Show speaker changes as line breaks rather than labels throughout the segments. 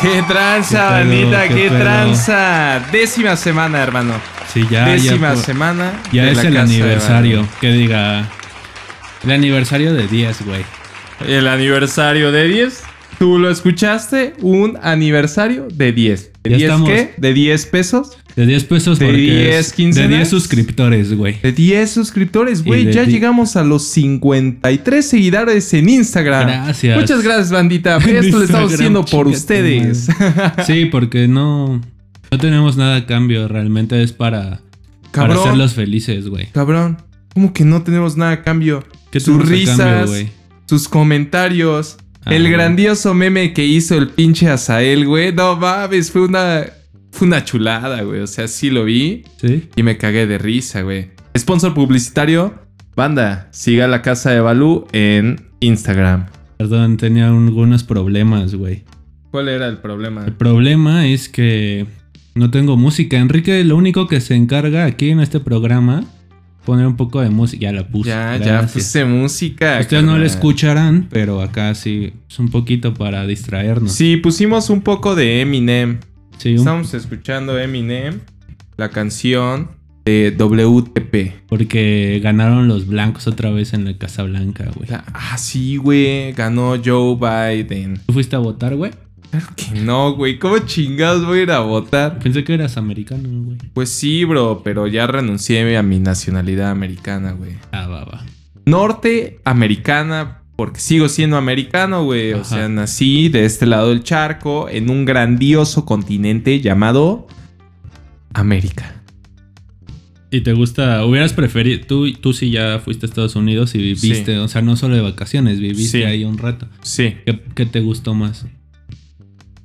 ¡Qué tranza,
Qué pedo,
bandita!
qué
¡Qué,
pedo.
tranza! Décima semana, hermano.
Sí, ya.
Décima
ya, por-
semana.
ya
de
es
la
el
casa de
aniversario. Que diga. El aniversario de 10, güey.
Batman. El aniversario de 10. Tú lo escuchaste, un aniversario de 10. ¿De
Ya
10
estamos.
qué? ¿De 10 pesos?
De 10 pesos
De
porque
10,
es- De
quincenas.
10 suscriptores, güey.
De 10 suscriptores,
Y
güey.
de
Ya
ti-
llegamos a los 53 seguidores en Instagram.
Gracias.
Ah, Muchas gracias, bandita.
En
Esto lo
Instagram,
estamos haciendo por
chinga tu
ustedes.
Sí, porque no. No tenemos nada a cambio. Realmente es para. Para
Cabrón.
hacerlos felices, güey.
Cabrón. ¿Cómo que no tenemos nada a cambio?
¿Qué
Sus
tenemos a
risas.
cambio, güey?
sus comentarios.
Ah,
el
güey.
grandioso meme que hizo el pinche Azael, güey. No mames, fue una, fue una chulada, güey. O sea, sí lo vi
Sí.
y me cagué de risa, güey. Sponsor publicitario. Banda, siga la casa de Balú en Instagram.
Perdón, tenía algunos problemas, güey.
¿Cuál era el
El
problema?
problema es que no tengo música. Enrique lo único que se encarga aquí en este programa poner un poco de música. Ya pues, la puse.
ya, ya
gracias.
puse música.
Ustedes no
carnal.
la escucharán, pero acá sí es un poquito para distraernos.
Sí, pusimos un poco de Eminem.
Sí, un-
Estamos escuchando Eminem, la canción de WTP.
porque ganaron los blancos otra vez en la Casa Blanca, güey.
La- Ah, sí, güey. Ganó Joe Biden.
¿Tú fuiste a votar, güey?
Que no, güey. ¿Cómo chingados voy a ir a votar?
Pensé que eras americano, güey.
Pues sí, bro, pero ya renuncié a mi nacionalidad americana, güey.
Ah, va, va.
Norte americana, porque sigo siendo americano, güey. O
Ajá.
sea, nací de este lado del charco, en un grandioso continente llamado América.
¿Y te gusta? ¿Hubieras preferido? Tú, tú sí ya fuiste a Estados Unidos y viviste, o sea, no solo de vacaciones, viviste
Sí.
ahí un rato.
Sí.
¿Qué, qué te gustó más?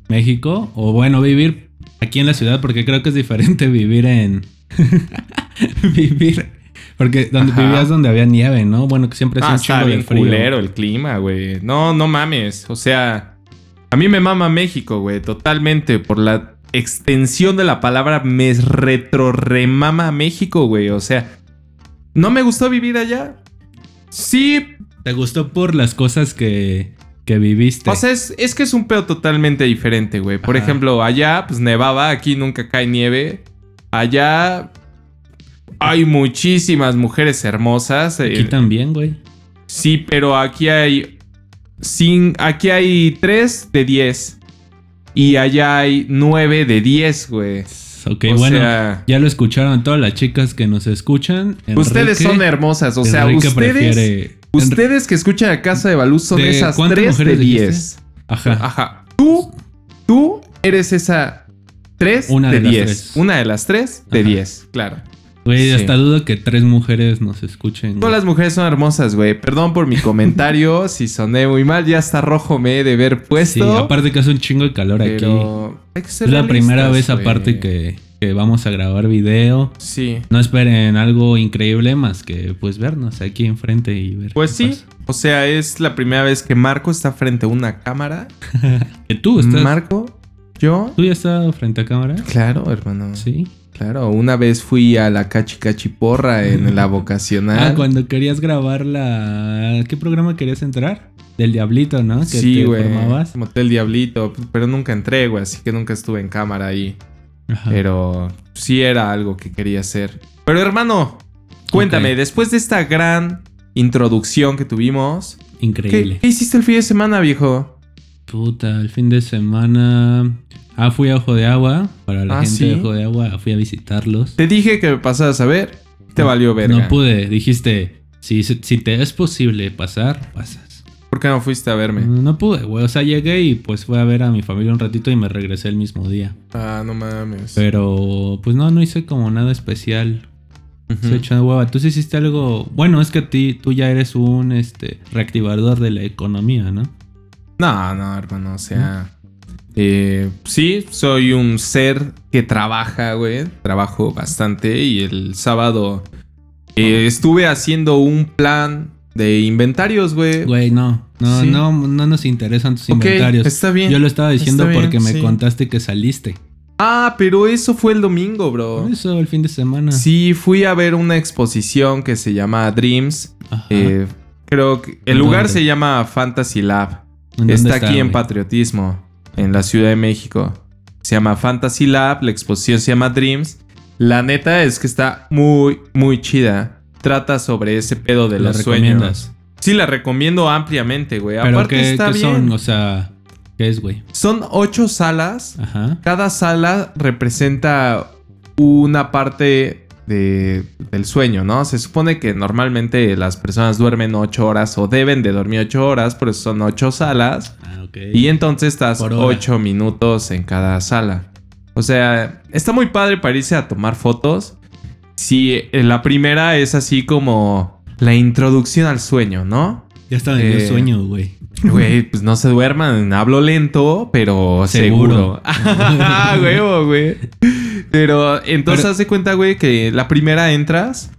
¿México? O bueno, vivir aquí en la ciudad, porque creo que es diferente vivir en. vivir. Porque donde
Ajá.
vivías donde había nieve, ¿no? Bueno, que siempre es
Ah,
un
está
chingo
bien
de frío.
culero el clima, güey. No, no mames. O sea, a mí me mama México, güey. Totalmente. Por la extensión de la palabra, me retro remama México, güey. O sea, ¿no me gustó vivir allá? Sí.
¿Te gustó por las cosas que, que viviste?
O sea, es, es que es un pedo totalmente diferente, güey. Por
Ajá.
ejemplo, allá, pues nevaba. Aquí nunca cae nieve. Allá... Hay muchísimas mujeres hermosas. eh,
Aquí también, güey.
Sí, pero aquí hay. Sin, aquí hay 3 de 10. Y allá hay 9 de 10, güey.
Ok,
o
bueno.
sea,
Ya lo escucharon todas las chicas que nos escuchan.
ustedes
Enrique-
son hermosas. O sea,
Enrique
ustedes.
prefiere-
Ustedes que escuchan a Casa de Balú son
¿De
esas
cuántas
3 de
mujeres
10.
Ajá.
Ajá. Tú, tú eres esa 3
Una
de
de las
10.
tres.
Una de las 3 de
Ajá.
10, claro.
Güey,
sí.
hasta dudo que tres mujeres nos escuchen.
Todas las mujeres son hermosas, güey. Perdón por mi comentario. si soné muy mal, ya está rojo, me he de ver puesto.
Sí, aparte que hace un chingo de calor aquí.
Pero hay que ser
Es la
realistas,
primera vez
güey.
aparte que, que vamos a grabar video.
Sí.
No esperen algo increíble más que pues vernos aquí enfrente y ver.
Pues
qué
sí.
pasa.
O sea, es la primera vez que Marco está frente a una cámara.
Que tú estás.
Marco, yo.
¿Tú ya estás frente a cámara?
Claro, hermano.
Sí.
Claro, una vez fui a la Cachi Cachiporra en la vocacional.
Ah, cuando querías grabar la. ¿Qué programa querías entrar? Del Diablito, ¿no? Que
Sí,
te
güey.
formabas.
Motel Diablito. Pero nunca entré, güey. Así que nunca estuve en cámara ahí.
Ajá.
Pero sí era algo que quería hacer. Pero hermano, cuéntame,
Ok.
después de esta gran introducción que tuvimos, ¿qué,
Increíble.
qué hiciste el fin de semana, viejo?
Puta, el fin de semana. Ah, fui a Ojo de Agua. Para la
Ah,
gente de
¿sí?
Ojo de Agua, fui a visitarlos.
Te dije que me pasaras a ver. Te
No,
valió verga.
No pude, dijiste, si, si te es posible pasar, pasas.
¿Por qué no fuiste a verme?
No pude, güey. O sea, llegué y pues fui a ver a mi familia un ratito y me regresé el mismo día.
Ah, no mames.
Pero pues no, no hice como nada especial.
Ujú.
Se echó de hueva. Tú sí hiciste algo. Bueno, es que a ti, tú ya eres un este reactivador de la economía, ¿no?
No, no, hermano, o sea. eh, sí, soy un ser que trabaja, güey. Trabajo bastante y el sábado eh, estuve haciendo un plan de inventarios, güey.
Güey, no. No,
Sí.
no, no nos interesan tus
Ok,
inventarios.
está bien.
Yo lo estaba diciendo
Está bien,
porque me
sí.
contaste que saliste.
Ah, pero eso fue el domingo, bro.
Por Eso el fin de semana.
Oh. Sí, fui a ver una exposición que se llama Dreams.
Ajá.
Eh, creo que el
¿En
lugar
dónde?
se llama Fantasy Lab.
¿En dónde
Está aquí en
güey?
Patriotismo. en la Ciudad de México. Se llama Fantasy Lab, la exposición se llama Dreams. La neta es que está muy, muy chida. Trata sobre ese pedo de
¿La
los
recomiendas?
sueños. Sí, la recomiendo ampliamente, güey.
Pero
Aparte
¿qué,
está
qué
bien.
son? O sea, ¿qué es, güey?
Son ocho salas.
Ajá.
Cada sala representa una parte de- del sueño, ¿no? Se supone que normalmente las personas duermen ocho horas o deben de dormir ocho horas, por eso son ocho salas.
Ah, ok.
Y entonces estás
Por hora.
ocho minutos en cada sala. O sea, está muy padre para irse a tomar fotos. Si eh, la primera es así como la introducción al sueño, ¿no?
ya está en
eh,
el sueño, güey.
Güey, pues no se duerman, hablo lento, pero seguro.
Seguro.
Ah, huevo, güey. Pero entonces
Pero-
haz de cuenta, güey, que la primera entras,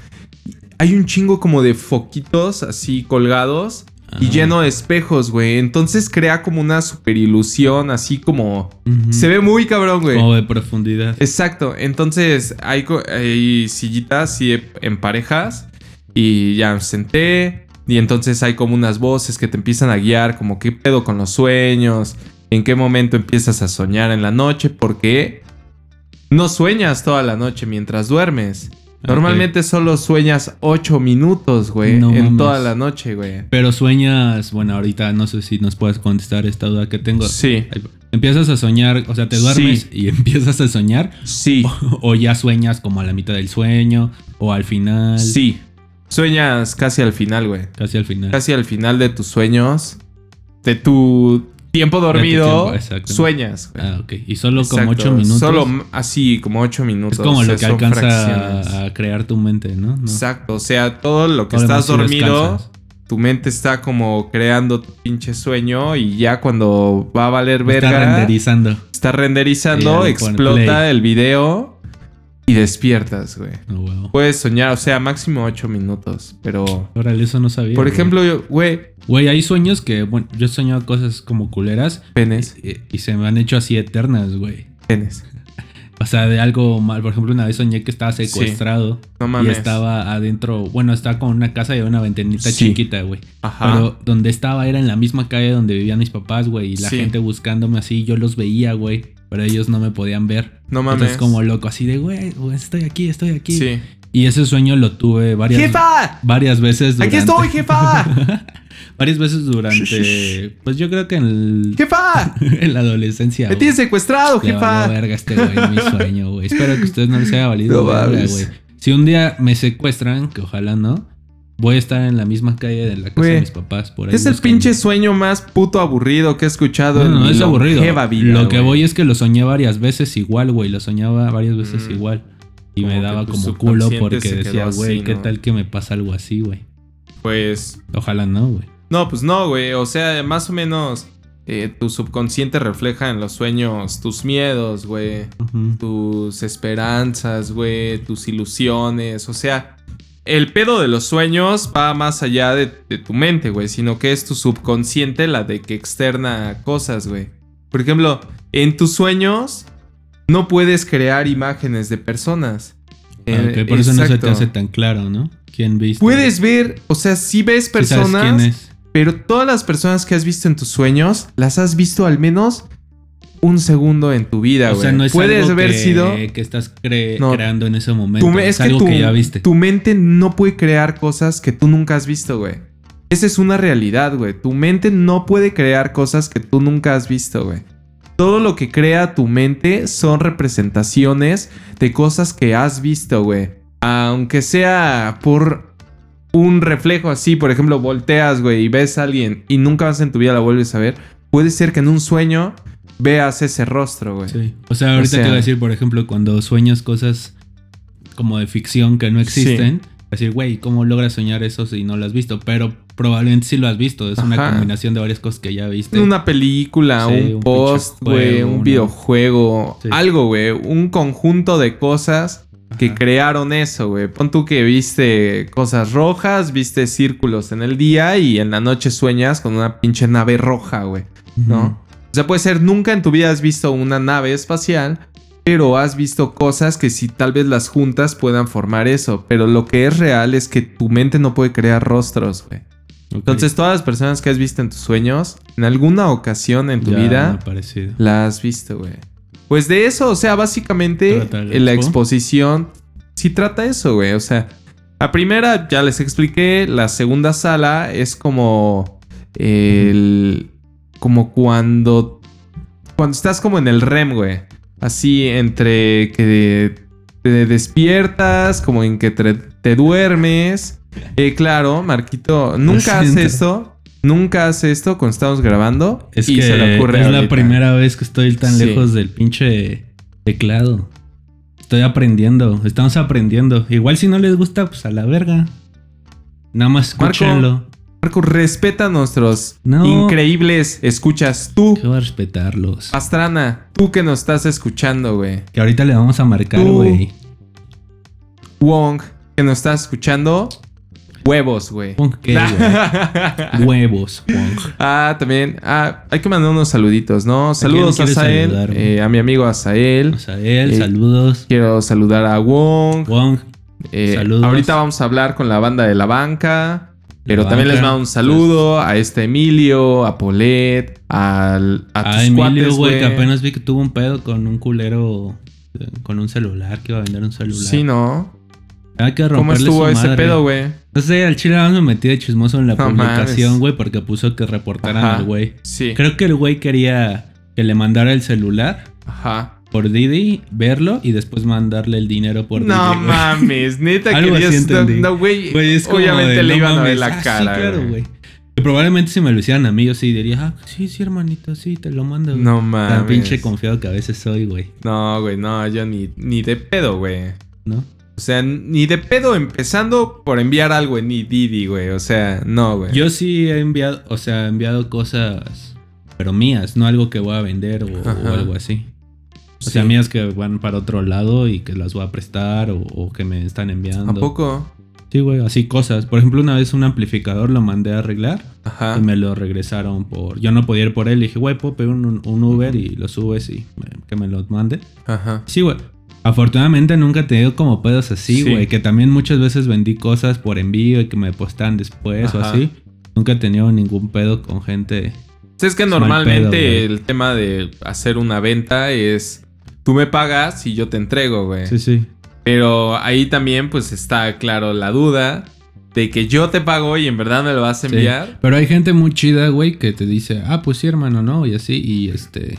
hay un chingo como de foquitos así colgados y
Ah.
lleno de espejos, güey. Entonces crea como una super ilusión, así como...
Ujú.
Se ve muy cabrón, güey.
Como de profundidad.
Exacto, entonces hay, co- hay sillitas y e, en parejas y ya me senté y entonces hay como unas voces que te empiezan a guiar como qué pedo con los sueños, en qué momento empiezas a soñar en la noche, porque no sueñas toda la noche mientras duermes. Normalmente solo sueñas 8 minutos, güey,
No
en
mames.
toda la noche, güey.
Pero sueñas, bueno, ahorita no sé si nos puedes contestar esta duda que tengo.
Sí,
Empiezas a soñar, o sea, te duermes
Sí.
y empiezas a soñar.
sí,
O, o ya sueñas como a la mitad del sueño, o al final.
sí. Sueñas casi al final, güey.
Casi al final.
casi al final de tus sueños, de tu tiempo dormido,
tiempo, exacto.
sueñas. güey.
Ah, ok. Y solo como
Exacto,
ocho minutos.
Solo m- así, como 8 minutos.
es como
o sea,
lo que
son fracciones.
alcanza a, a crear tu mente, ¿no? ¿No?
Exacto, o sea, todo lo que
Todo lo demás
estás
sí
dormido,
descansas.
tu mente está como creando tu pinche sueño y ya cuando va a valer verga,
Está renderizando.
está
Y ya le
renderizando,
pone
explota
play.
el video y despiertas, güey.
Oh, wow.
Puedes soñar, o sea, máximo 8 minutos, pero...
Órale, eso no sabía.
Por
güey.
ejemplo, yo- güey,
Güey, hay sueños que, bueno, yo he soñado cosas como culeras
penes,
y, y se me han hecho así eternas, güey.
penes.
O sea, de algo mal. Por ejemplo, una vez soñé que estaba secuestrado
No
y
mames.
estaba adentro. Bueno, estaba con una casa y una ventanita
Sí.
chiquita, güey.
Ajá.
Pero donde estaba era en la misma calle donde vivían mis papás, güey. Y la
Sí.
gente buscándome así, yo los veía, güey. Pero ellos no me podían ver.
No mames.
Entonces, como loco, así de, güey, güey, estoy aquí, estoy aquí.
Sí.
Y ese sueño lo tuve varias,
¡Jefa!
varias veces durante.
¡Aquí estoy, jefa!
varias veces durante. Pues yo creo que en, el-
¡Jefa!
en la adolescencia.
¡Me
güey.
tienes secuestrado,
Le valió
jefa!
verga este güey, mi sueño, güey. Espero que a ustedes no les haya valido
No
verga,
mames.
güey. Si un día me secuestran, que ojalá no, voy a estar en la misma calle de la casa
Güey,
de mis papás. Por ahí
Es el
buscando.
pinche sueño más puto aburrido que he escuchado
No,
en
no,
mi
es aburrido.
longeva vida,
lo que
güey.
voy es que lo soñé varias veces igual, güey. Lo soñaba varias veces
Mm.
igual. Y
Como
me
que
daba
tu
como culo
subconsciente
porque
se quedó
decía,
así,
güey, ¿qué
¿no?
tal que me pasa algo así, güey?
Pues.
Ojalá no, güey.
No, pues no, güey. O sea, más o menos. eh, tu subconsciente refleja en los sueños tus miedos, güey.
Ujú.
Tus esperanzas, güey. Tus ilusiones. O sea. El pedo de los sueños va más allá de, de tu mente, güey, sino que es tu subconsciente la de que externa cosas, güey. Por ejemplo, en tus sueños no puedes crear imágenes de personas.
Ah,
Eh,
ok, por eso no se te
exacto.
hace tan claro, ¿no? ¿Quién viste?
Puedes ver, o sea, sí ves
Sí sabes
personas,
quién es?
pero todas las personas que has visto en tus sueños, las has visto al menos un segundo en tu vida,
O
güey.
sea, no es
Puedes
algo
haber
que,
sido.
que estás cre-
No.
creando en ese momento.
tu me-
es,
es que
algo
tu,
que ya viste.
tu mente no puede crear cosas que tú nunca has visto, güey. Esa es una realidad, güey. Tu mente no puede crear cosas que tú nunca has visto, güey. Todo lo que crea tu mente son representaciones de cosas que has visto, güey. Aunque sea por un reflejo así, por ejemplo, volteas, güey, y ves a alguien y nunca más en tu vida la vuelves a ver, puede ser que en un sueño veas ese rostro, güey.
Sí. O sea, ahorita
O sea-
te iba a decir, por ejemplo, cuando sueñas cosas como de ficción que no existen, decir, güey, ¿cómo logras soñar eso si no lo has visto? Pero probablemente sí lo has visto. Es una
Ajá.
combinación de varias cosas que ya viste.
Una película,
Sí, un
un
pinche
post, güey,
juego,
un
una-
videojuego,
Sí.
algo, güey, un conjunto de cosas que
Ajá.
crearon eso, güey. Pon tú que viste cosas rojas, viste círculos en el día y en la noche sueñas con una pinche nave roja, güey,
Ujú.
¿no? O sea, puede ser, nunca en tu vida has visto una nave espacial, pero has visto cosas que si tal vez las juntas puedan formar eso. Pero lo que es real es que tu mente no puede crear rostros, güey. Entonces, todas las personas que has visto en tus sueños, en alguna ocasión en tu
Ya
vida,
Aparecido.
la has visto, güey. Pues de eso, o sea, básicamente
¿Trata la
eh, la
expo?
exposición sí trata eso, güey. O sea, la primera ya les expliqué, la segunda sala es como el... como cuando... cuando estás como en el REM, güey. Así entre que te despiertas, como en que te, te duermes. Eh, claro, Marquito, nunca
siento.
hace esto. Nunca hace esto cuando estamos grabando.
Es
y
que
se le ocurre
es la
ahorita.
primera vez que estoy tan
Sí.
lejos del pinche teclado. Estoy aprendiendo, estamos aprendiendo. Igual si no les gusta, pues a la verga. Nada más
Marco.
escúchenlo.
Marco, respeta nuestros
No.
increíbles escuchas. Tú,
Quiero respetarlos.
Ah. Pastrana, tú que nos estás escuchando, güey.
Que ahorita le vamos a marcar,
Tú.
güey.
Wong, que nos estás escuchando. Huevos, güey.
Pon que, güey. Huevos, Wong.
ah, también. Ah, hay que mandar unos saluditos, ¿no? Saludos a
quieres
Asael,
saludar, güey?
eh, a mi amigo Asael.
O sea, él,
Eh.
saludos.
Quiero saludar a Wong.
Wong,
Eh,
Saludos.
Ahorita vamos a hablar con la banda de la banca. Pero
La
también
banca,
les mando un saludo a este Emilio, a Polet, al, a tus
a Ah, Emilio,
cuates,
güey, que apenas vi que tuvo un pedo con un culero. eh, Con un celular, que iba a vender un celular.
Sí, ¿no?
Hay que
¿Cómo
romperle
estuvo
su
ese
madre.
pedo, güey?
No sé, al chile nada más me metí de chismoso en la
No
publicación,
mames.
güey, porque puso que reportaran
Ajá. Eh.
al güey.
Sí.
Creo que el güey quería que le mandara el celular
Ajá.
por Didi, verlo y después mandarle el dinero por Didi.
No
güey.
mames, neta
Algo así
querías.
entendí.
No, güey.
Güey, es como
obviamente
de,
le
no
iban a ver
mames.
la
Ah,
cara.
Sí, claro,
güey.
güey. Que Probablemente si me lo hicieran a mí, yo sí diría, ah, sí, sí, hermanito, sí, te lo mando. güey".
No
Tan
mames.
pinche confiado que a veces soy, güey,
No, güey, no, yo ni, ni de pedo, güey.
¿no?
O sea, ni de pedo empezando por enviar algo en Didi, güey. O sea, no, güey.
Yo sí he enviado, o sea, he enviado cosas, pero mías, no algo que voy a vender o, o
Ajá.
algo así. O
Sí.
sea, mías que van para otro lado y que las voy a prestar o, o que me están enviando.
¿A poco?
Sí, güey, así cosas. Por ejemplo, una vez un amplificador lo mandé a arreglar
Ajá.
y me lo regresaron por... Yo no podía ir por él y dije, güey, puedo pedir un, un Uber y lo subes y me- que me lo mande.
Ajá.
Sí, güey. Afortunadamente nunca he tenido como pedos así,
Sí.
güey. Que también muchas veces vendí cosas por envío y que me postan después o
Ajá.
así. Nunca he tenido ningún pedo con gente. eh,
O sea, es que
Es mal
normalmente
pedo, güey.
el tema de hacer una venta es tú me pagas y yo te entrego, güey.
Sí, sí.
Pero ahí también pues está claro la duda de que yo te pago y en verdad me lo vas a
Sí.
enviar.
Pero hay gente muy chida, güey, que te dice, ah, pues sí, hermano, ¿no? Y así, y este.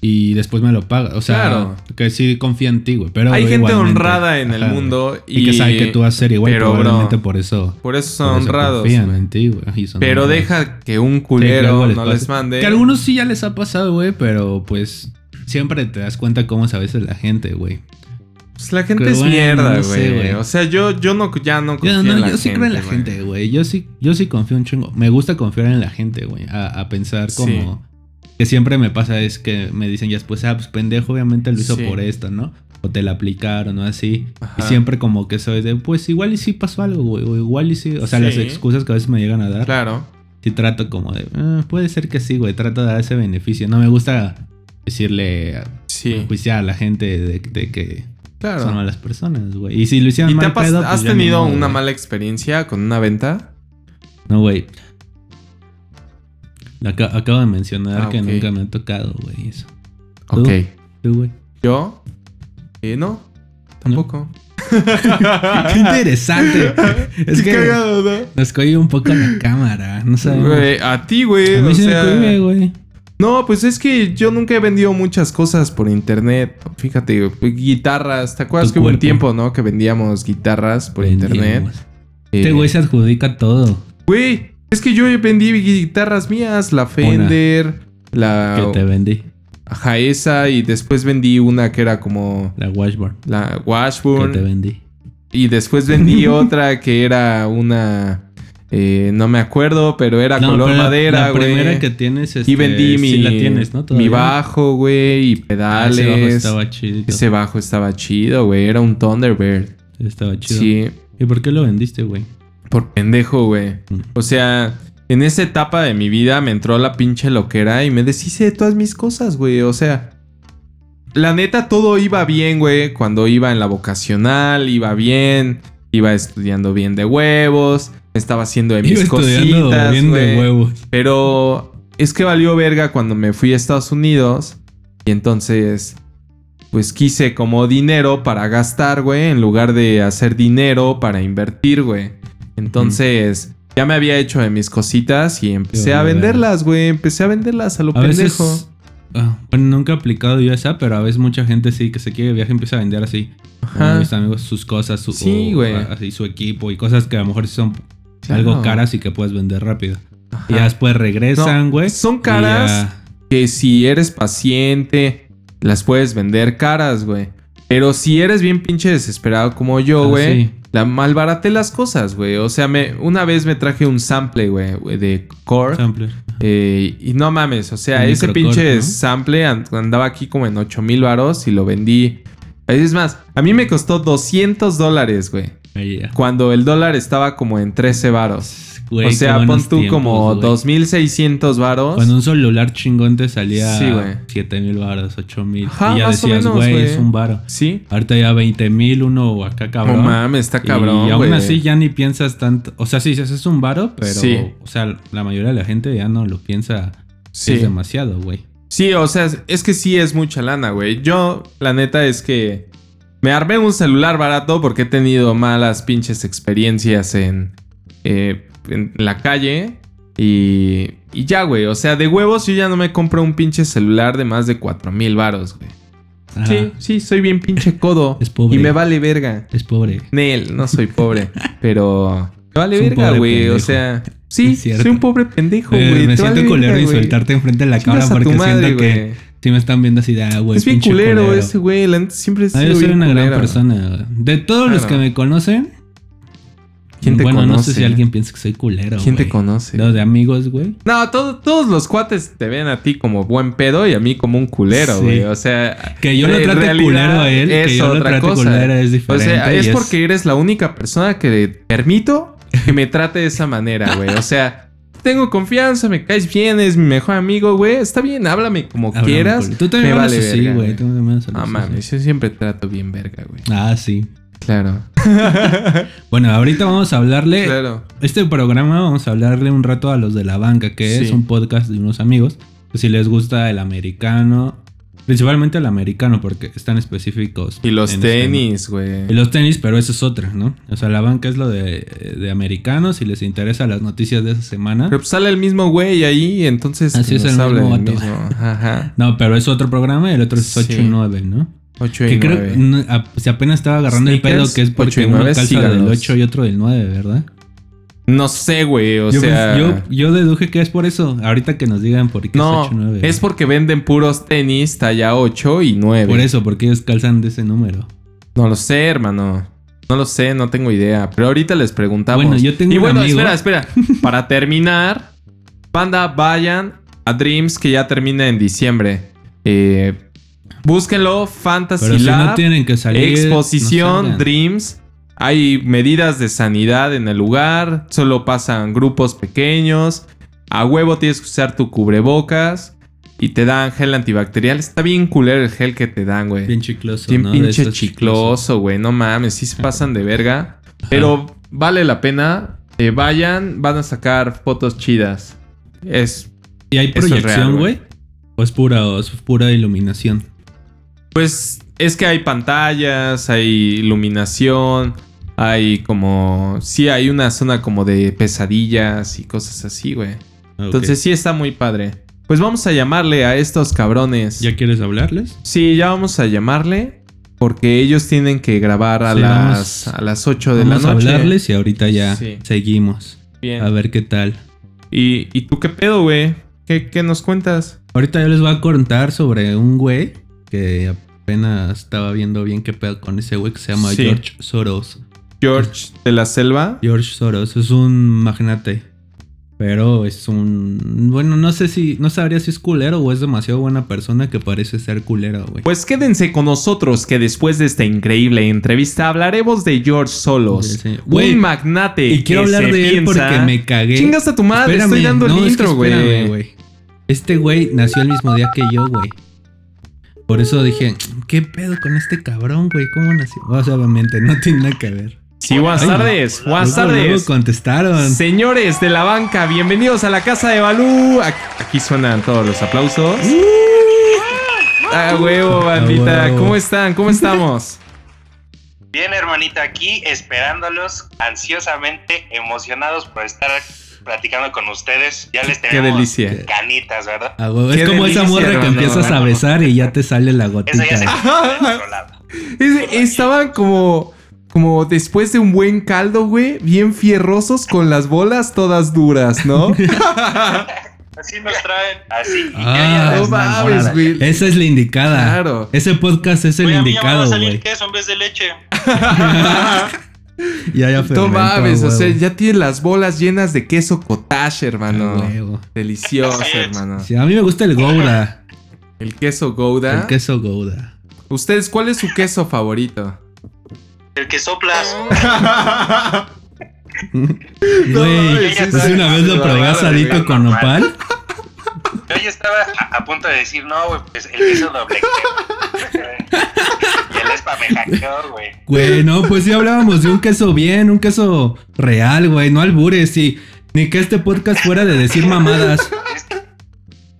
Y después me lo paga. O sea,
Claro.
que sí confía en ti, güey. Pero
Hay gente
igualmente-
honrada en el
Ajá,
mundo
güey. Y, que sabe que tú vas a ser igual,
pero, bro,
probablemente por eso.
por eso
por
son
eso
honrados.
Confían
güey.
en ti, güey. y son
Pero
honrados.
deja que un
Sí, que
culero
algo
no
pase.
les mande.
Que a algunos sí ya les ha pasado, güey, pero pues siempre te das cuenta cómo es a veces la gente, güey.
Pues la gente
que
es
bueno,
mierda,
no sé,
güey.
güey.
o sea, yo, yo no, ya no confío
Yo,
en
no,
la
yo sí
gente,
creo en la
güey.
gente, güey. Yo sí, yo sí confío un chingo. Me gusta confiar en la gente, güey. A, a pensar
Sí.
como que siempre me pasa es que me dicen ya después, ah, pues pendejo, obviamente lo hizo
Sí.
por esto, ¿no? O te la aplicaron, ¿no? Así. Y
Ajá.
siempre como que soy de, pues igual y sí pasó algo, güey. O igual y sí. O sea, las
Sí.
excusas que a veces me llegan a dar.
Claro.
Sí trato como de, "Ah, puede ser que sí, güey. Trato de dar ese beneficio. No me gusta decirle
Sí.
pues ya la gente de, de que
claro.
son malas personas, güey. Y si lo hicieron
¿Y te
mal
ha pas-
pedo, pues
has
ya ni
tenido
modo,
una
güey.
mala experiencia con una venta?
No, güey. La ca- acabo de mencionar
Ah,
que
ok.
nunca me ha tocado, güey, eso. ¿Tú?
Ok.
Tú, güey.
¿Yo? Eh, no. Tampoco.
Qué interesante. es
Qué
que
cagado, ¿no?
nos coge un poco la cámara, no sabemos.
Güey, a ti, güey.
A mí
o
se me
sea,
cohibe, güey.
no, pues es que yo nunca he vendido muchas cosas por internet. Fíjate, guitarras. ¿Te acuerdas
Tu
que hubo un
cuerpo.
tiempo, no? Que vendíamos guitarras por internet.
Vendíamos. Este
Eh,
güey se adjudica todo.
güey, es que yo vendí guitarras mías, la Fender,
Que te
la
vendí.
Jaesa y después vendí una que era como
La Washburn.
la
Que
Washburn.
te vendí.
Y después vendí otra que era una. eh, no me acuerdo, pero era
No,
color
pero la-
madera,
La
güey.
primera que tienes es.
y vendí mi,
Este, la tienes, ¿no?
mi
Todavía.
bajo, güey, y
Ah, ese bajo
pedales. ese, bajo
estaba chido.
estaba chido, güey. Era un Thunderbird.
Estaba chido.
Sí,
¿Y por qué lo vendiste, güey?
por pendejo, güey.
Mm.
O sea, en esa etapa de mi vida me entró la pinche loquera y me deshice de todas mis cosas, güey. O sea, la neta todo iba bien, güey. Cuando iba en la vocacional, iba bien, iba estudiando bien de huevos. estaba haciendo de
Iba
mis
estudiando
cositas,
bien de
güey.
huevos.
Pero es que valió verga cuando me fui a Estados Unidos. Y entonces, pues quise como dinero para gastar, güey, en lugar de hacer dinero para invertir, güey. Entonces, ya me había hecho de mis cositas y empecé
Qué
a
valió
venderlas, güey. Empecé a venderlas a lo
A
pendejo.
veces. ah, bueno, nunca he aplicado yo esa, pero a veces mucha gente sí que se quiere de viaje empieza a vender así.
Ajá.
Como mis amigos, sus cosas, su,
Sí,
o,
güey.
a- así su equipo y cosas que a lo mejor sí son
Claro.
algo caras y que puedes vender rápido.
Ajá.
Y ya después regresan,
No,
güey.
son
y
caras.
ya-
que si eres paciente, las puedes vender caras, güey. Pero si eres bien pinche desesperado como yo,
Ah,
güey,
sí.
la malbaraté las cosas, güey. O sea, me, una vez me traje un sample, güey, güey, de core.
Sampler.
eh, y no mames, o sea,
Un
ese
microcore,
pinche
¿no?
sample an- andaba aquí como en 8 mil varos y lo vendí. Es más, a mí me costó 200 dólares, güey.
Ahí ya.
Cuando el dólar estaba como en 13 varos.
Güey,
o
qué
sea, pon
buenos
tú
tiempos,
como
güey.
2.600 varos.
Cuando un celular chingón te salía
Sí, güey.
7 mil baros, 8 mil.
Ajá,
Y ya
más o
decías,
menos,
güey,
güey.
es un varo.
Sí.
Ahorita ya 20 mil, uno acá
No
cabrón.
mames, está cabrón.
y aún
güey.
así ya ni piensas tanto. O sea, sí, sí, es un varo, pero.
Sí.
O sea, la mayoría de la gente ya no lo piensa.
Sí.
Es demasiado, güey.
Sí, o sea, es que sí es mucha lana, güey. Yo, la neta es que me armé un celular barato porque he tenido malas pinches experiencias en, eh, en la calle. Y, y ya, güey. O sea, de huevos yo ya no me compro un pinche celular de más de 4 mil varos, güey.
Ajá.
Sí, sí, soy bien pinche codo.
Es pobre.
Y me vale verga.
Es pobre.
Nel, no soy pobre, pero... Me vale
Es un
verga,
pobre
güey. O
pendejo.
sea, sí,
Es cierto.
soy un pobre pendejo,
Eh,
güey.
me
te
siento
vale
culero
verga, güey.
insultarte enfrente de la cámara
Chingas a tu
porque siento
madre,
que
güey.
sí me están viendo así de, ah, güey,
es bien
pinche
culero,
culero.
ese güey. La neta siempre he
Ah, yo
sido
soy
bien
una gran
culero.
persona. güey. De todos los
Claro.
que me conocen.
¿Quién te
bueno, no sé
conoce?
si alguien piensa que soy culero.
¿Quién te
güey.
conoce?
Los de amigos, güey.
No, todo- todos los cuates te ven a ti como buen pedo y a mí como un culero,
Sí.
güey. O sea,
Que yo lo
en
trate
realidad
culero a él, que
es
yo lo
otra
trate
cosa.
culero es
o
diferente.
sea, es
y
porque eres la única persona que permito que me trate de esa manera, güey. O sea, tengo confianza, me caes bien, es mi mejor amigo, güey. Está bien, háblame como
Háblame,
quieras.
culo. Tú también
me
me
vale
así,
verga,
güey.
güey.
Tú también me hablas
No
así.
mames, yo siempre trato bien verga, güey.
Ah, sí.
Claro,
Bueno, ahorita vamos a hablarle.
claro.
Este programa vamos a hablarle un rato a los de la banca, que
Sí.
es un podcast de unos amigos. Si les gusta el americano, principalmente el americano, porque están específicos.
Y los
en este tema.
tenis, güey.
Y los tenis, pero eso es otra, ¿no? O sea, la banca es lo de, de americanos. Si les interesa las noticias de esa semana.
Pero pues sale el mismo güey ahí, entonces que
Así Ah, es
nos
el
habla
mismo
del
vato.
Ajá.
No, pero es otro programa y el otro es
Sí.
8 y 9, ¿no?
8 y
Que creo
nueve.
que no, a- si apenas estaba agarrando el
Sneakers,
pedo que es
ocho
porque
y
uno
nueve,
calza del
síganos.
8 y otro del 9, ¿verdad?
No sé, güey, o
yo,
sea...
pens- yo, yo deduje que es por eso. Ahorita que nos digan por qué
no,
es 8 y 9.
es porque venden puros tenis talla 8 y 9.
Por eso, porque ellos calzan de ese número.
No lo sé, hermano. No lo sé, no tengo idea. Pero ahorita les preguntamos.
Bueno, yo tengo
y
un
bueno,
amigo-
espera, espera. Para terminar, banda, vayan a Dreams que ya termina en diciembre. Eh, búsquenlo, Fantasy
Pero si
Lab.
no tienen que salir. no
Exposición,
salgan.
Dreams. Hay medidas de sanidad en el lugar. Solo pasan grupos pequeños. A huevo tienes que usar tu cubrebocas. Y te dan gel antibacterial. Está bien culero el gel que te dan, güey.
Bien chicloso.
Bien
¿no? De
pinche
esos
chicloso, güey. No mames, sí se pasan de verga.
Ajá.
Pero vale la pena. Eh, vayan, van a sacar fotos chidas. Es.
¿Y hay
Eso es real,
proyección,
güey.
güey? ¿O es pura, o es pura iluminación?
Pues es que hay pantallas, hay iluminación, hay como. Sí, hay una zona como de pesadillas y cosas así, güey.
Ah, ok.
Entonces sí está muy padre. Pues vamos a llamarle a estos cabrones.
¿Ya quieres hablarles?
Sí, ya vamos a llamarle. Porque ellos tienen que grabar a
Sí,
las,
vamos-
a las 8 de
Vamos
la
a
noche.
hablarles y ahorita ya
Sí.
seguimos.
Bien.
A ver qué tal.
¿Y, y tú qué pedo, güey? ¿Qué, qué nos cuentas?
Ahorita yo les voy a contar sobre un güey que apenas estaba viendo bien qué pedo con ese güey que se llama
Sí.
George Soros.
George de la Selva.
George Soros es un magnate. Pero es un. Bueno, no sé si. No sabría si es culero o es demasiado buena persona que parece ser culero, güey.
Pues quédense con nosotros que después de esta increíble entrevista hablaremos de George Solos.
Sí, sí. Güey,
Un magnate.
y quiero
que se
hablar de él
piensa-
porque me cagué.
Chingas a tu madre,
Espérame,
estoy dando
no,
el
es que
intro,
espérame,
güey.
güey. Este güey nació el mismo día que yo, güey. Por eso dije, ¿qué pedo con este cabrón, güey? ¿Cómo nació? O sea, obviamente, no tiene nada que ver.
Sí, buenas
Ay, no.
tardes. Buenas
Luego, luego
tardes.
contestaron.
Señores de la banca, bienvenidos a la casa de Balú. Ac- Aquí suenan todos los aplausos. Ah, huevo,
Uh. Ah,
bandita.
huevo.
¿Cómo están? ¿Cómo estamos?
Bien, hermanita, aquí esperándolos ansiosamente, emocionados por estar platicando con ustedes. Ya les
Qué
tenemos
delicia.
canitas, ¿verdad?
Ah, güey,
Qué
es como
delicia,
esa morra que
hermano,
empiezas a
hermano.
besar y ya te sale la gotita. Ah,
Eso ya se quedó del otro lado.
Es- Estaban como, como después de un buen caldo, güey, bien fierrosos con las bolas todas duras, ¿no?
Así nos traen. Así.
Ah,
no mames, güey.
Esa es la indicada.
Claro.
Ese podcast es el
Oye, a mí ya me va a
indicado,
salir
güey.
queso en vez de leche.
Ya, ya
No
fermentó,
mames, o
huevo.
sea, ya tiene las bolas llenas de queso cottage, hermano.
Ah, huevo.
Delicioso,
Así es.
hermano.
Sí, a mí me gusta el Gouda.
El queso Gouda.
El queso Gouda.
¿Ustedes cuál es su queso favorito?
El que soplas.
Güey,
ya
pues
sé,
una vez lo
la
probé
verdad,
asadito
güey,
con
normal.
nopal.
Yo ya estaba a, a punto de decir, no, güey, pues el queso doble. y el espa me hackeó, güey.
Güey, no, pues sí hablábamos de un queso bien, un queso real, güey. No albures, sí. Ni que este podcast fuera de decir mamadas.
Es que-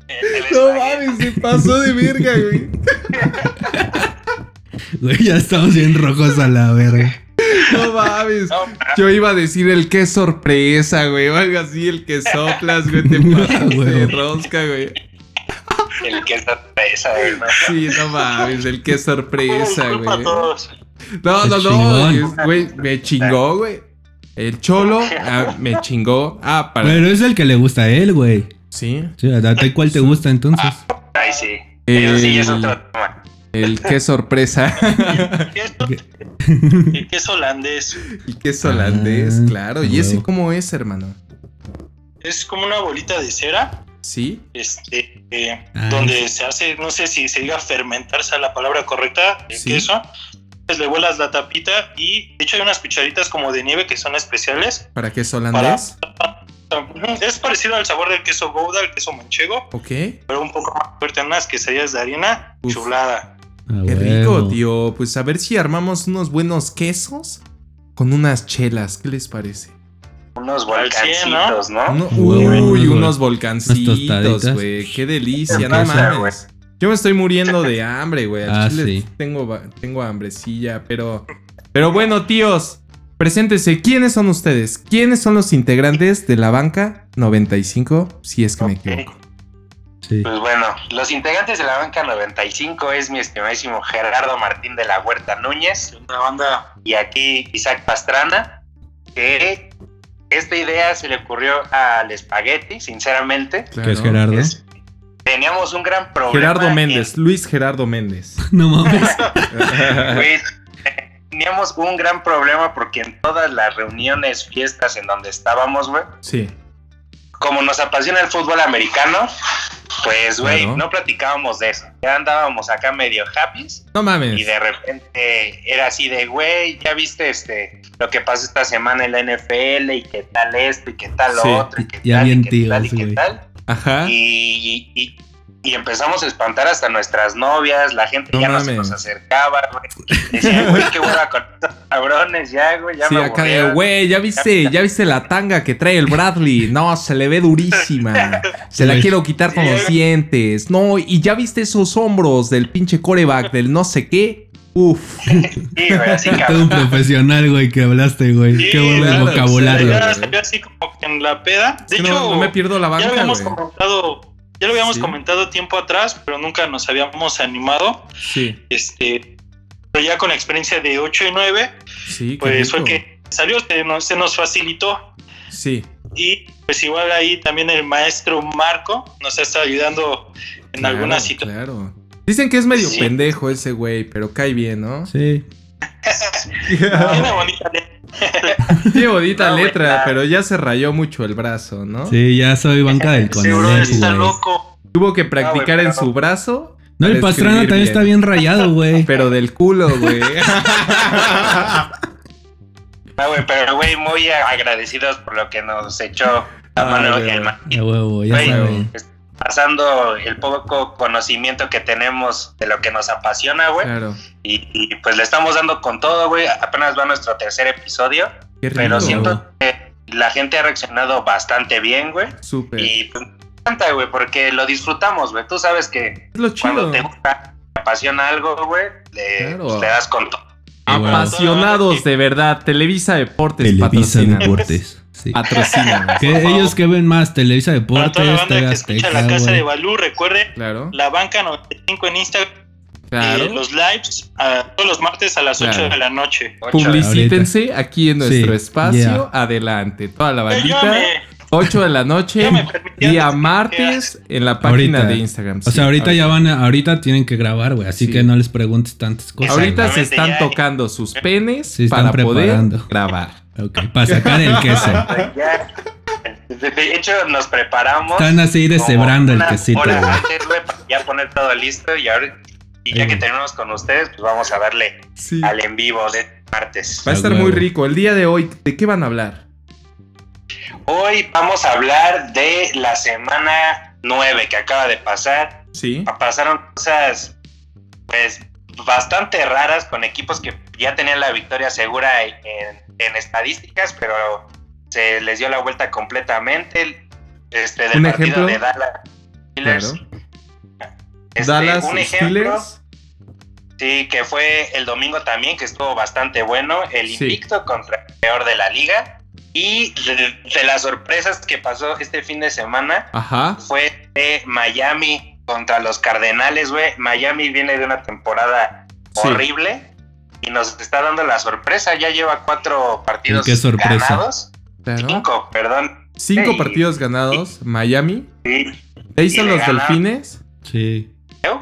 eh, el- el espagueti.
se pasó de verga, güey.
Güey, ya estamos bien rojos a la verga.
No mames.
No,
Yo iba a decir el que sorpresa, güey. O algo así, el que soplas, güey. Te pasas de
güey.
rosca, güey.
el que sorpresa, güey. ¿no?
Sí, no mames, el que sorpresa,
Disculpa a
güey.
todos.
No,
Qué
no, no.
chingón.
es- Güey, me chingó, güey. El cholo ah, me chingó. Ah, para.
Pero es el que le gusta a él, güey.
Sí.
Sí, a ti cuál te gusta entonces.
Ay, sí.
Eh,
Eso sí es otro tema.
El que sorpresa.
Esto- El queso holandés
El que es holandés,
Ah,
claro. ¿Y ese
huevo.
cómo es, hermano?
es como una bolita de cera,
Sí.
este, eh,
Ah,
donde se hace, no sé si se diga fermentarse a la palabra correcta, el
Sí.
queso. Entonces le vuelas la tapita y de hecho hay unas cucharitas como de nieve que son especiales. Mm,
¿Para qué es holandés?
Es parecido al sabor del queso gouda, el queso manchego,
Ok. Qué
pero un poco más fuerte en unas quesadillas de harina,
Uf.
chulada.
Ah,
rico,
huevo.
tío. Pues a ver si armamos unos buenos quesos con unas chelas. ¿Qué les parece?
Unos
Al cien,
volcancitos, ¿no?
Uno-
Huevo,
uy,
unos
unos
unas
volcancitos,
tostaditas.
güey. Qué delicia, no
Empieza, güey.
mames. Yo me estoy muriendo de hambre, güey. Al
Ah,
chile
sí.
tengo, va- tengo hambrecilla, pero. Pero bueno, tíos. Preséntese, ¿quiénes son ustedes? ¿Quiénes son los integrantes de la banca 95? Si es que me
Ok.
equivoco.
Sí.
Pues bueno, los integrantes de la banca 95 es mi estimadísimo Gerardo Martín de la Huerta Núñez
Una banda
y aquí Isaac Pastrana, que esta idea se le ocurrió al espagueti, sinceramente.
¿Qué es Gerardo?
Es- teníamos un gran problema.
Gerardo
en-
Méndez, Luis Gerardo Méndez.
No mames.
Güey, teníamos un gran problema porque en todas las reuniones, fiestas en donde estábamos, güey,
sí.
como nos apasiona el fútbol americano, pues, güey,
Claro.
no platicábamos de eso. Ya andábamos acá medio happy
No mames.
y de repente era así de, güey, ya viste este lo que pasó esta semana en la NFL y qué tal esto y qué tal lo
Sí,
otro y qué
ya
tal
bien
y qué tal y
tíos,
qué
güey.
tal.
Ajá.
Y, y- y empezamos a espantar hasta nuestras novias, la gente
No
ya no se
mames.
nos acercaba, güey. Decía, güey, qué hueva con estos cabrones ya, güey, ya
sí,
me
acá de,
aburrieron".
güey, ya viste, ya viste la tanga que trae el Bradley. No, se le ve durísima. Se la
Sí.
quiero quitar con los dientes. No, y ya viste esos hombros del pinche coreback del no sé qué. Uf.
Sí, güey, así
Todo un
cabrón.
profesional, güey, que hablaste, güey.
Sí,
Qué bueno
claro,
vocabulario.
claro.
ya salió así como que en la peda. De
Es que
hecho,
no, no me pierdo la
ya lo
banca,
habíamos
güey.
comentado, ya lo habíamos
Sí.
comentado tiempo atrás, pero nunca nos habíamos animado.
Sí,
Este, pero ya con la experiencia de 8 y 9,
sí. qué
pues fue
rico.
que salió, se nos, se nos facilitó.
Sí.
Y pues igual ahí también el maestro Marco nos está ayudando en
claro,
algunas situaciones.
Claro. Dicen que es medio
Sí.
pendejo ese güey, pero cae bien, ¿no?
Sí.
Tiene bonita letra.
Qué bonita
No, güey,
letra,
claro.
pero ya se rayó mucho el brazo, ¿no?
Sí, ya soy banca del
Seguro
Conalep,
está
güey.
loco.
Tuvo que practicar en
pero-
su brazo.
No, el
para
pastrano
escribir
también está bien rayado, güey.
Pero del culo, güey.
No, Ah, güey, pero güey, muy agradecidos por lo que nos echó la
Ay,
mano
güey.
el ma-
A huevo, ya
Güey,
saben.
es- pasando el poco conocimiento que tenemos de lo que nos apasiona, güey.
Claro.
Y, y, pues le estamos dando con todo, güey. Apenas va nuestro tercer episodio.
Qué rico,
pero
güey.
siento que la gente ha reaccionado bastante bien, güey.
Súper.
Y pues me encanta, güey, porque lo disfrutamos, güey. Tú sabes que
es lo
cuando
chido.
te gusta, te apasiona algo, güey, le,
Claro.
pues, le das con todo.
Apasionados de verdad. Televisa Deportes
Televisa
patrocina.
Deportes. Sí.
Ah, Patrocina, güey.
Que ellos que ven más, Televisa
Para toda la
este
Deportes,
banda
TV
que escucha
Azteca,
la casa
eh.
de
güey.
Balú, recuerden
Claro,
la banca 95 en Instagram, eh,
claro.
los lives ah, todos los martes a las 8
Claro.
de la noche.
Ocho,
Publicítense aquí en nuestro
Sí,
espacio.
yeah.
Adelante. Toda la
Eh,
bandita.
yo me-
8 de la noche.
yo me permití
Día
antes que
martes en la página
Ahorita.
de Instagram.
O sea, ahorita ya van a, ahorita tienen que grabar, güey, así
Sí.
que no les preguntes tantas cosas.
Ahorita
güey.
se
Exactamente,
están
ya-
tocando sus penes
Sí, están
para poder
preparando.
grabar.
Ok, para sacar el queso.
Ya. De- De hecho, nos preparamos.
Están así
como
Este
deshebrando el
una
quesito,
hora
güey.
antes, güey, para ya poner todo listo y ahora. Y ya
Ahí.
que terminamos con ustedes, pues vamos a darle
Sí.
al en vivo de martes.
Va a
A
estar
huevo.
muy rico. El día de hoy, ¿de qué van a hablar?
Hoy vamos a hablar de la semana 9 que acaba de pasar.
Sí.
Pasaron cosas, pues, bastante raras con equipos que ya tenían la victoria segura en, en estadísticas, pero se les dio la vuelta completamente. Este, del
¿Un ejemplo?
partido de Dallas Steelers.
Claro.
Este,
Dallas
un ejemplo,
Steelers.
sí, que fue el domingo también, que estuvo bastante bueno. El
Sí.
invicto contra el peor de la liga. Y de- de las sorpresas que pasó este fin de semana,
Ajá.
fue de Miami contra los Cardenales, güey. Miami viene de una temporada
Sí.
horrible y nos está dando la sorpresa. Ya lleva cuatro partidos
¿Qué sorpresa?
ganados.
Claro.
Cinco, perdón.
Cinco
Sí.
partidos ganados. Miami.
Sí,
De ahí son
le
los
ganaron.
delfines.
Sí.
¿yo?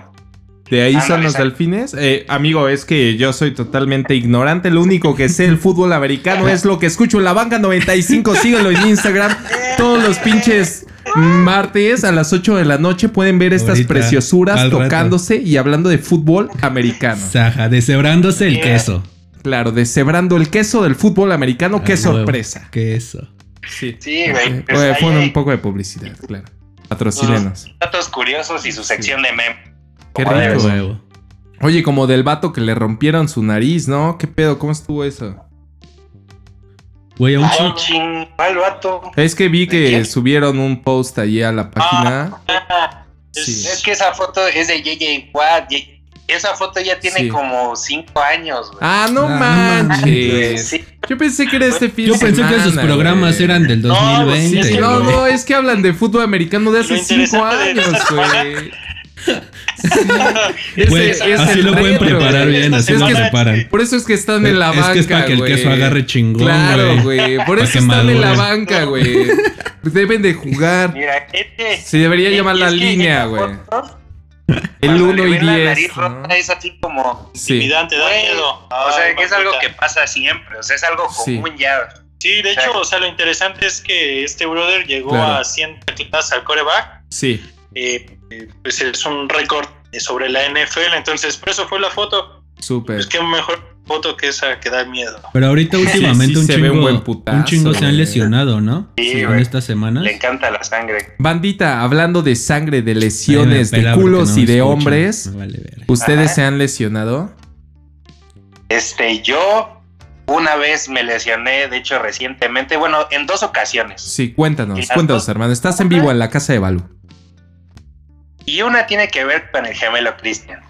De ahí son
Ándale,
los
exacto.
delfines. Eh, amigo, es que yo soy totalmente ignorante. Lo único que sé del fútbol americano es lo que escucho en la banca 95. Síganlo en Instagram. Todos los pinches martes a las 8 de la noche pueden ver estas
Ahorita,
preciosuras
al rato.
tocándose y hablando de fútbol americano.
Saja, deshebrándose el
Yeah.
queso.
Claro, deshebrando el queso del fútbol americano. ¡Qué
A huevo.
sorpresa!
Queso.
Sí.
Sí, güey. pues
Eh, Oye,
ahí
fue
hay
un poco de publicidad, claro. Patrocínenos.
datos curiosos y su sección de meme.
Qué
Como
rico. eh.
debe ser.
Huevo.
Oye, como del vato que le rompieron su nariz, ¿no? ¿Qué pedo? ¿Cómo estuvo eso?
Güey, a un
Ay,
chingo.
ching, al vato.
Es que vi
¿De
que
quién?
subieron un post allí a la página.
Ah,
Sí.
Es que esa foto es de JJ Watt. y- Esa foto ya tiene
Sí.
como cinco años, güey.
Ah, no
Ah, no
manches.
Sí,
Yo pensé que era este fin
Yo
de
pensé que
semana,
esos programas
güey.
eran del
No, pues, sí,
2020,
es que
No,
güey.
no, es que hablan de fútbol americano de hace
Lo
cinco
interesante de
años,
esta
güey.
Güey,
Ese es
así
el
lo pueden
retro,
preparar
güey.
bien, así
Es
lo
que-
preparan.
Por eso es que están en la banca,
es que es para que el
güey.
queso agarre chingón,
Claro,
güey.
güey. Por
Pa'
eso
que
están en la
madure.
banca, güey. Pues Deben de jugar.
Mira, este.
Se debería
Y-
llamar
y
la
es que
línea,
esa
güey.
foto,
El
cuando le
1 y
ven la nariz
10. ¿no?
rota, Es así como.
Sí.
Intimidante, da
Güey,
miedo.
o sea,
Ay,
que es
mamita.
algo que pasa siempre. O sea, es algo
Sí.
común ya.
Sí, de hecho, o sea, lo interesante es que este brother llegó
Claro.
a 100 tacletas al coreback.
Sí.
eh, eh, pues es un récord sobre la NFL. Entonces, por eso fue la foto.
Súper.
Pues qué mejor foto que esa que da miedo.
Pero ahorita últimamente
sí
un,
se ve
chingo,
un
un,
buen putazo,
chingo se
güey.
han lesionado, ¿no?
Sí,
Según
güey.
estas semanas.
Le encanta la sangre.
Bandita, hablando de sangre, de lesiones,
Ay, me
de
pela
culos
porque no
y de
escuchan.
hombres,
Me vale verga.
¿ustedes
Ajá.
se han lesionado?
Este, yo una vez me lesioné, de hecho, recientemente. Bueno, en dos ocasiones.
Sí, cuéntanos,
Mira,
cuéntanos,
no-
hermano. Estás en vivo en la casa de Balú.
Y una tiene que ver con el gemelo Cristian.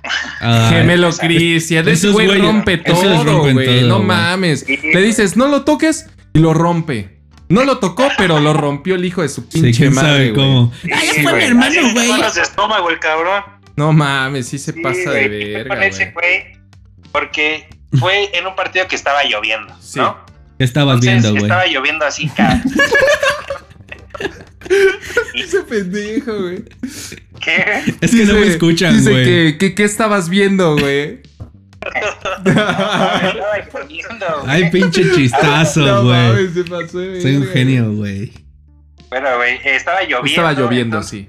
Ay,
Gemelo
esa-
Cristian, ese
esos
güey
güeyes-
rompe
esos
todo,
rompen
güey.
todo,
No
güey.
mames.
Sí.
Le dices, no lo toques y lo rompe. No lo tocó, pero lo rompió el hijo de su
Sí,
pinche
quién
madre,
sabe
güey.
cómo.
Sí,
ya fue mi
güey.
hermano,
Así le
güey.
pongo los de estómago, el cabrón.
No mames, sí se
Sí,
pasa de
güey, ¿qué fue
verga,
con ese
güey.
güey? Porque fue en un partido que estaba lloviendo,
Sí.
¿no?
¿Qué estabas
Entonces,
viendo, güey?
estaba lloviendo así, cabrón.
Ese pendejo, güey.
¿Qué?
Es que no me escuchan,
Dice
güey.
que, que, ¿qué estabas viendo, güey?
Estaba lloviendo, güey.
Ay, pinche chistazo,
Ah, No
güey.
mames, se pasó de
Soy un
verga.
genio, güey.
Bueno, güey, estaba lloviendo.
Estaba lloviendo,
entonces
sí.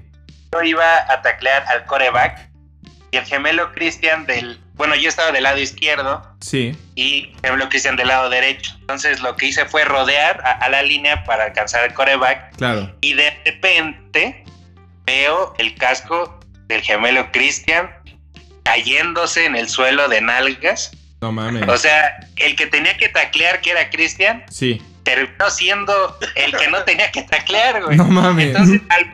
Yo iba a taclear al coreback y el gemelo Cristian del... Bueno, yo estaba del lado izquierdo
Sí.
y el gemelo Cristian del lado derecho. Entonces lo que hice fue rodear a, a la línea para alcanzar al coreback
Claro.
y de repente veo el casco del gemelo Cristian cayéndose en el suelo de nalgas.
No mames.
O sea, el que tenía que taclear, que era Cristian,
Sí.
terminó siendo el que no tenía que taclear, güey.
No mames.
Entonces, al,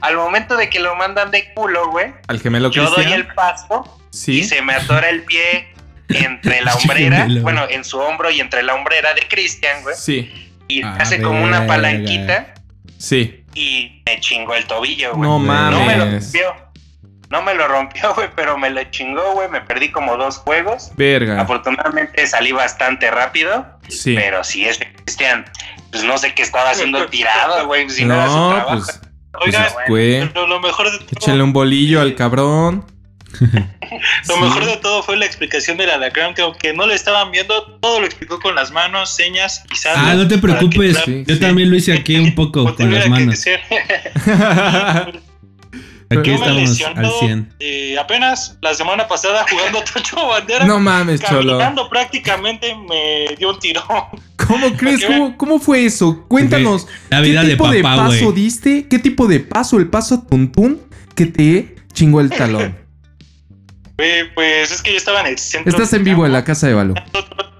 al momento de que lo mandan de culo, güey,
Al gemelo
yo doy
Cristian.
el paso y
Sí.
se me atora el pie entre la hombrera,
Gemelo.
bueno, en su hombro y entre la hombrera de Cristian, güey,
Sí.
y
Ah,
hace como una
verga.
palanquita
Sí.
y me chingó el tobillo, güey.
No
güey.
No me lo
mames.
rompió. No me lo rompió, güey, pero me lo chingó, güey. Me perdí como dos juegos.
Verga.
Afortunadamente salí bastante rápido,
Ah. Sí.
pero sí, este Cristian, pues no sé qué estaba haciendo tirado, güey. Si no, era su
No,
trabajo.
pues. Pues
Oiga,
es
este,
este,
güey.
pero lo mejor de todo,
Échale un bolillo al cabrón.
lo
Sí.
mejor de todo fue la explicación del alacrán, que aunque no lo estaban viendo, todo lo explicó con las manos, señas, quizás.
Ah, no te preocupes.
Sí,
Yo
sí.
también lo hice aquí un
Pues
poco con las manos. Aquí
Yo
Yo me
estamos
lesioné,
al 100.
eh, apenas la semana pasada jugando Tocho Bandera.
No mames, Cholo.
Caminando prácticamente me dio un tirón.
¿Cómo crees? ¿Cómo, cómo fue eso? Cuéntanos.
La
¿Qué
vida de
tipo de,
papá,
paso
güey.
diste? ¿Qué tipo de paso? ¿El paso tuntún? Que te chingó el talón.
Eh, pues es que yo estaba en el centro.
Estás en vivo ¿eh? en la casa de Balú.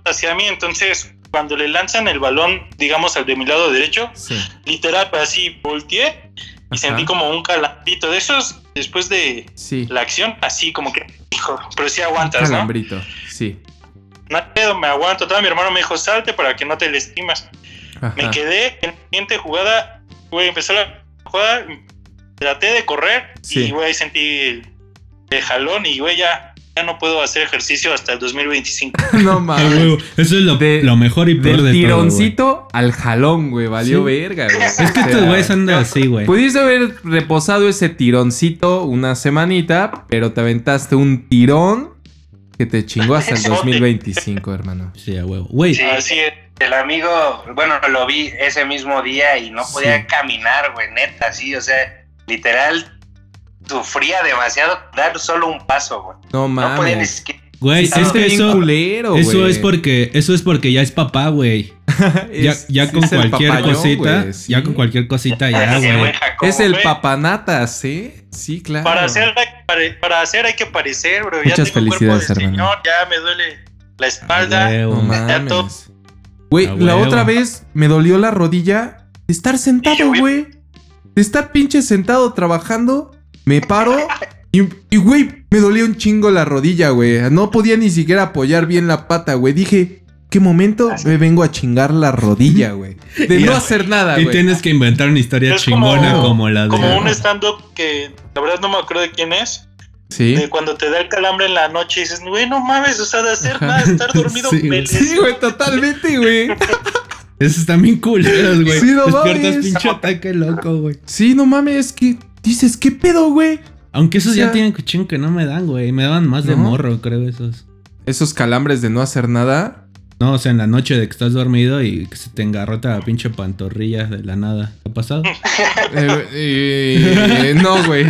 Hacia mí, entonces cuando le lanzan el balón, digamos, al de mi lado derecho,
Sí.
literal, pues, así volteé y
Ajá.
sentí como un calambito de esos después de
Sí.
la acción, así como que, hijo, pero sí aguantas, ¿no?
Calambrito. Sí.
No hay pedo, me aguanto. Todo mi hermano me dijo, salte para que no te lastimas.
Ajá.
Me quedé en la siguiente jugada, güey, empezó la jugada, traté de correr
Sí.
y, güey, sentí el, el jalón y, güey, ya, ya no puedo hacer ejercicio hasta el 2025.
No
Ah,
mames.
güey, Eso es lo,
De-
lo mejor y
Del
peor de todo. güey.
tironcito al jalón, güey. Valió
Sí.
verga, güey.
Es que
O sea,
estos güeyes andan así, güey.
Pudiste haber reposado ese tironcito una semanita, pero te aventaste un tirón que te chingó hasta el 2025, hermano.
Sí, a huevo. Güey,
Sí,
Así es.
El amigo, bueno, lo vi ese mismo día y no podía
Sí.
caminar, güey, neta, sí, o sea, literal, sufría demasiado dar solo un paso, güey.
No
No podía ni
mames.
siquiera.
güey,
sí,
es
Está
que
bien
eso,
culero,
eso
güey.
es porque, eso es porque ya es papá, güey. Ya,
Es-
ya
sí
con
es el
cualquier
papayón,
cosita,
güey, sí.
ya con cualquier cosita, ya,
Ese
güey.
buen Jacobo,
Es el
güey.
papanatas, ¿eh? Sí, claro.
Para hacer, pare- para hacer hay que parecer, bro. ya
Muchas
tengo
felicidades,
cuerpo de
hermano.
señor, ya me duele la
A
espalda.
huevo.
No
Dato.
mames. Güey,
A
la
huevo.
otra vez me dolió la rodilla de estar
Y yo
sentado,
bien-
güey. De estar pinche sentado trabajando. Me paro. Y, y, güey, me dolía un chingo la rodilla, güey. No podía ni siquiera apoyar bien la pata, güey. Dije, ¿qué momento me vengo a chingar la rodilla, güey? De
Y
no
ya-
hacer nada,
Y
güey.
tienes que inventar una historia
Es como-
chingona como la de.
Como un stand-up que la verdad no me acuerdo de quién es.
Sí.
De cuando te da el calambre en la noche y dices, güey, no mames, o sea, de hacer
Ajá.
nada, estar dormido.
Sí,
me
güey.
Sí, güey, totalmente, güey.
Esos están bien culeros, güey.
Sí, no
Despiertas
mames.
pinche ataque loco, güey.
Sí, no mames, que dices, ¿qué pedo, güey?
Aunque esos
O sea-
ya tienen cuchín que no me dan, güey. Me daban más de
¿No?
morro, creo, esos.
Esos calambres de no hacer nada.
No, o sea, en la noche de que estás dormido y que se te engarrota la pinche pantorrilla de la nada. ¿Qué ha pasado?
Eh, eh, eh, no, güey.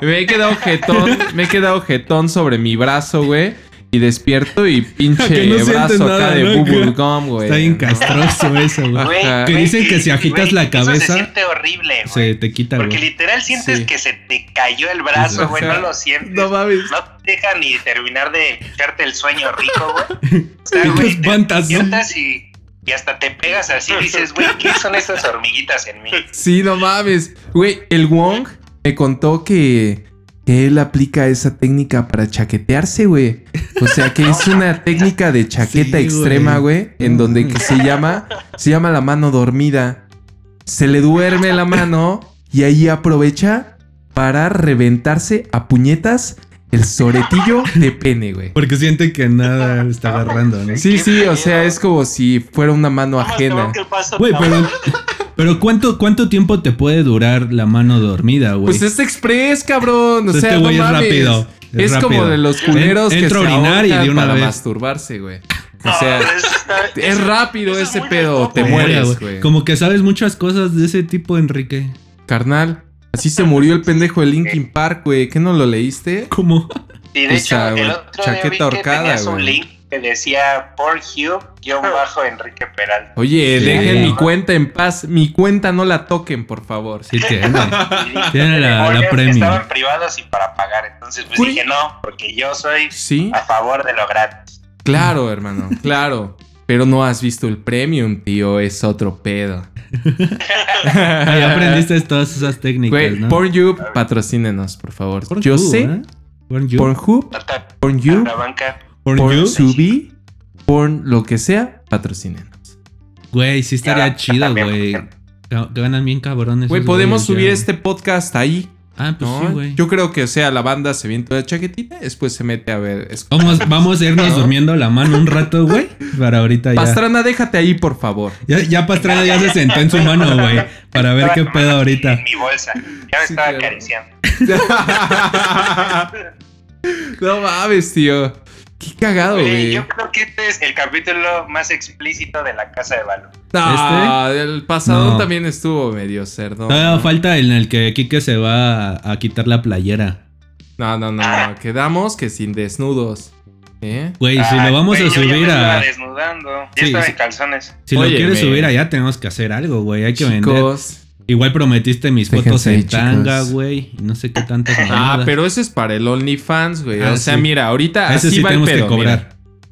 Me he quedado jetón. Me he quedado jetón sobre mi brazo, güey. Y despierto y pinche
Que no sientes
brazo acá
nada,
de
¿no?
bubblegum,
Pues
güey.
Está bien
¿no?
castroso eso, güey.
Güey,
Ajá.
güey,
Que dicen que si agitas la
eso
cabeza,
se siente horrible, güey.
Se te quita,
Porque
güey.
literal sientes
Sí.
que se te cayó el brazo, güey,
Ajá.
no lo sientes.
No
No,
mames.
te deja ni terminar de echarte el sueño rico, güey. O sea,
Y te
güey, te
espantas.
despiertas y, y hasta te pegas así y dices, güey, ¿qué son esas hormiguitas en mí?
Sí, no mames. Güey, el Wong me contó que, que él aplica esa técnica para chaquetearse, güey. O sea, que es una técnica de chaqueta
Sí,
extrema, güey, en donde que se llama se llama la mano dormida. Se le duerme la mano y ahí aprovecha para reventarse a puñetas el soretillo de pene, güey.
Porque siente que nada le está agarrando, ¿no?
Sí, sí, o sea, es como si fuera una mano
Más cabrón
ajena.
Ah, que el paso
Güey,
de la-
pero. Pero ¿cuánto, ¿cuánto tiempo te puede durar la mano dormida, güey?
Pues es express, cabrón. O
Este
sea, no
güey es
mames.
rápido, es
Es, como
rápido.
de los culeros
En-
que se
entra a orinar y de
ahorcan
una
para
vez.
masturbarse, güey. O
No,
sea,
eso está-
es rápido
eso es
ese
muy
pedo.
rico,
Te
güey.
mueres, güey.
Como que sabes muchas cosas de ese tipo, Enrique.
Carnal, así se murió el pendejo de
Eh.
Linkin Park, güey. ¿Qué no lo leíste?
¿Cómo?
Y de
Esa,
hecho, el
güey,
otro
chaqueta
día vi que
ahorcada,
tenías un
güey.
link que decía Pornhub-Enrique Peralta.
Oye,
Sí.
dejen mi cuenta en paz. Mi cuenta no la toquen, por favor.
Sí, tiene.
Y
Tiene la,
demonios
la
que
premium.
Estaban privados y para pagar. Entonces, pues
Uy.
dije, no, porque yo soy
Sí,
a favor de lo gratis.
claro, hermano, claro. Pero no has visto el premium, tío. Es otro pedo.
Ahí aprendiste todas esas técnicas,
Güey,
¿no?
Pornhub, patrocínenos, por favor.
Pornhub,
Yo sé.
¿eh? Pornhub.
Pornhub,
Total,
Pornhub,
La banca.
Porn Subí, Porn lo que sea, patrocínenos.
Güey, sí estaría
Ya,
chido,
Ah, también,
güey.
por
Ga- Ganan bien cabrones.
Güey,
esos
podemos
güeyes,
subir
ya.
este podcast ahí.
Ah, pues
¿no?
sí, güey.
Yo creo que, o sea, la banda se viene toda chaquetita, después se mete a ver. es-
Vamos, vamos a irnos
¿No?
durmiendo la mano un rato, güey. Para ahorita ya.
Pastrana, déjate ahí, por favor.
Ya, ya Pastrana ya se sentó en su mano, güey. Para ver
Estaba
qué
con
pedo
manos
ahorita.
En mi bolsa. Ya me
Sí,
estaba
claro.
acariciando.
no mames, tío. Qué cagado,
Oye,
güey.
yo creo que este es el capítulo más explícito de la casa de valor.
Ah, el pasado
No.
también estuvo medio cerdo.
Todavía
No,
falta en el que Kike se va a, a quitar la playera.
no, no, no. Quedamos que sin desnudos. ¿Eh?
Güey, si
Ay,
lo vamos
güey,
a
yo ya me
subir
estaba
a.
desnudando. Ya
Sí,
estaba
sí.
en calzones.
Si lo
Óyeme.
quieres subir allá, tenemos que hacer algo, güey. Hay que vender.
Chicos.
Igual prometiste mis
Fíjense,
fotos en
chicos.
tanga, güey. y No sé qué tantas.
Ah,
mamadas.
pero eso es para el OnlyFans, güey.
Ah,
o sea,
sí.
mira, ahorita
Ese
así
sí
va el
tenemos
pedo,
que cobrar.
mira.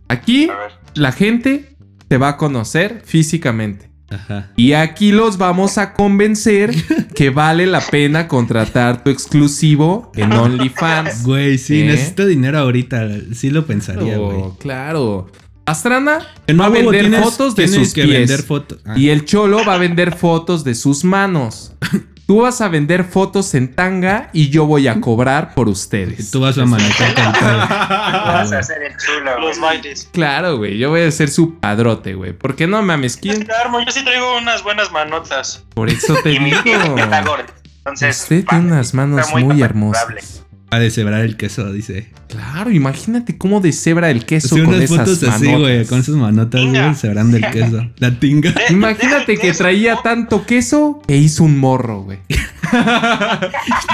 Aquí
A ver.
la gente te va a conocer físicamente.
Ajá.
Y aquí los vamos a convencer que vale la pena contratar tu exclusivo en OnlyFans.
Güey, sí,
¿Eh?
necesito dinero ahorita. Sí lo pensaría, güey.
Claro, claro. Pastrana
En
va a
Mago
vender
tienes-
fotos de
tienes
sus
que
pies.
vender fotos. Ah,
y el Cholo va a vender fotos de sus manos. Tú vas a vender fotos en tanga y yo voy a cobrar por ustedes.
Tú vas a manejar con todo.
Vas a
güey.
hacer el chulo.
Los
güey.
bailes.
Claro, güey. Yo voy a ser su padrote, güey. Porque no mames, ¿quién?
Yo armo, yo sí traigo unas buenas manotas.
Por eso te
Y mi
digo.
viejo está gordo. Entonces,
Usted tiene unas manos
está
muy,
muy favorable.
hermosas.
Va a deshebrar el queso, dice.
Claro, imagínate cómo deshebra el queso
Sí,
con
unas
esas
fotos
manotas.
así, güey, con sus manotas,
Tinga.
güey, cebrando el queso. La tinga.
Eh,
Imagínate que traía tanto queso que hizo un morro, güey.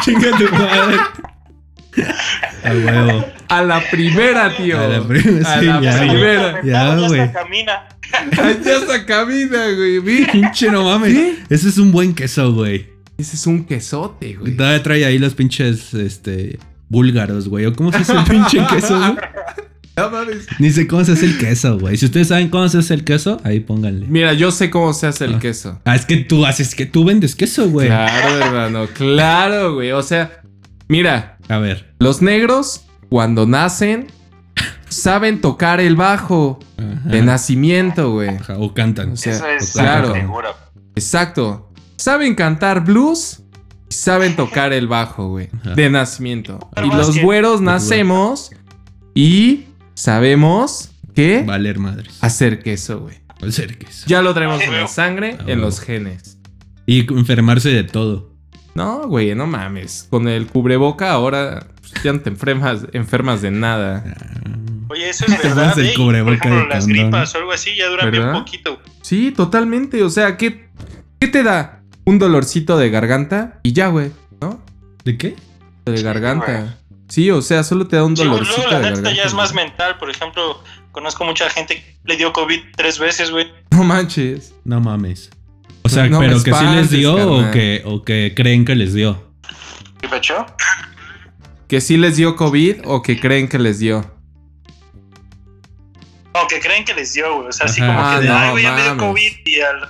Chinga tu madre. A huevo.
A la primera, tío.
A la primera,
A
sí,
la
ya, güey.
primera.
Ya,
Ya,
güey.
güey. camina.
Ya se camina, güey. vi.
Pinche, no mames.
¿Sí?
Ese es un buen queso, güey.
Ese este es un quesote, güey.
Todavía trae ahí los pinches, este, búlgaros, güey. ¿O cómo se hace el pinche queso, güey?
No mames.
Ni sé cómo se hace el queso, güey. Si ustedes saben cómo se hace el queso, ahí pónganle.
Mira, yo sé cómo se hace el queso.
Ah, es que tú haces que tú vendes queso, güey.
Claro, hermano, claro, güey. O sea, mira,
A ver.
los negros cuando nacen saben tocar el bajo
Ajá.
de nacimiento, güey.
Ajá, O cantan.
O sea,
Eso es
claro.
seguro.
Exacto. Saben cantar blues y saben tocar el bajo, güey,
Ajá.
de nacimiento.
Pero
Y
más
los
que-
güeros nacemos y sabemos que
Valer madres.
hacer queso, güey.
Hacer queso.
Ya lo traemos en la sangre,
Ah,
en
huevo.
los genes.
Y enfermarse de todo.
No, güey, no mames. Con el cubreboca ahora pues, ya no te enfermas, enfermas de nada.
Ah,
Oye, eso es
Te
verdad,
pones el
¿eh? Y, Por
cubreboca
ejemplo,
de
las
condón.
gripas o algo así ya duran bien
¿Verdad?
poquito.
Sí, totalmente. O sea, ¿qué, qué te da? Un dolorcito de garganta y ya, güey, ¿no?
¿De qué?
De garganta. Sí, o sea, solo te da un
Sí, luego
dolorcito
la
de
neta
garganta.
ya es más
güey.
mental. Por ejemplo, conozco mucha gente que le dio COVID tres veces, güey.
No manches.
No mames. O sea,
No me
pero que sí les
espantes,
dio
carnal.
o que, o que creen que les dio.
¿Qué pecho?
¿Que sí les dio COVID o que creen que les dio?
O que creen que les dio, güey. O sea, así
Ajá.
como
Ah,
que de,
no,
ay, güey, ya me dio
mames.
COVID y al...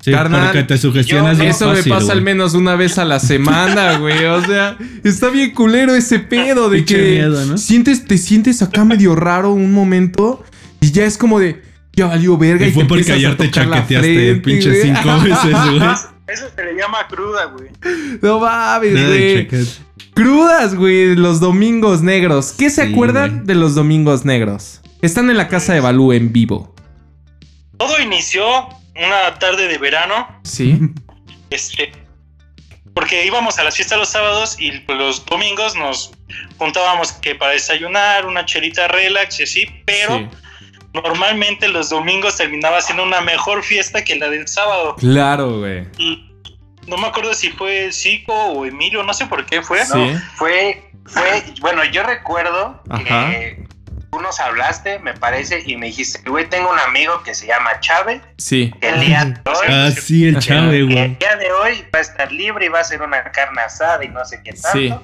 Sí,
Carnal,
porque te sugestionas
yo-
bien
Eso
fácil,
me pasa al
güey.
menos una vez a la semana, güey. O sea, está bien culero ese pedo de
Pinche
que
miedo, ¿no?
sientes, te sientes acá medio raro un momento y ya es como de ya valió verga.
Y fue
te
porque
empiezas
ayer
a
te
tocar la
chaqueteaste
frente,
pinche
güey.
cinco veces, güey.
Eso se le llama cruda, güey.
No mames,
Nada de
güey.
chaquet.
Crudas, güey, los domingos negros. ¿Qué se
Sí,
acuerdan
güey. Pues,
de los domingos negros? Están en la casa de Balú en vivo.
Todo inició una tarde de verano
¿Sí?
este porque íbamos a las fiestas los sábados y pues, los domingos nos juntábamos que para desayunar, una chelita relax y así, pero
Sí.
normalmente los domingos terminaba siendo una mejor fiesta que la del sábado.
Claro, güey.
Y no me acuerdo si fue Zico o Emilio, no sé por qué fue.
Sí.
Fue, fue, bueno, yo recuerdo
Ajá.
que tú nos hablaste, me parece, y me dijiste, güey, tengo un amigo que se llama Chávez,
Sí.
que el día de hoy,
Ah, sí, el Chávez,
que
güey.
el día de hoy va a estar libre y va a ser una carne asada y no sé qué tanto.
Sí.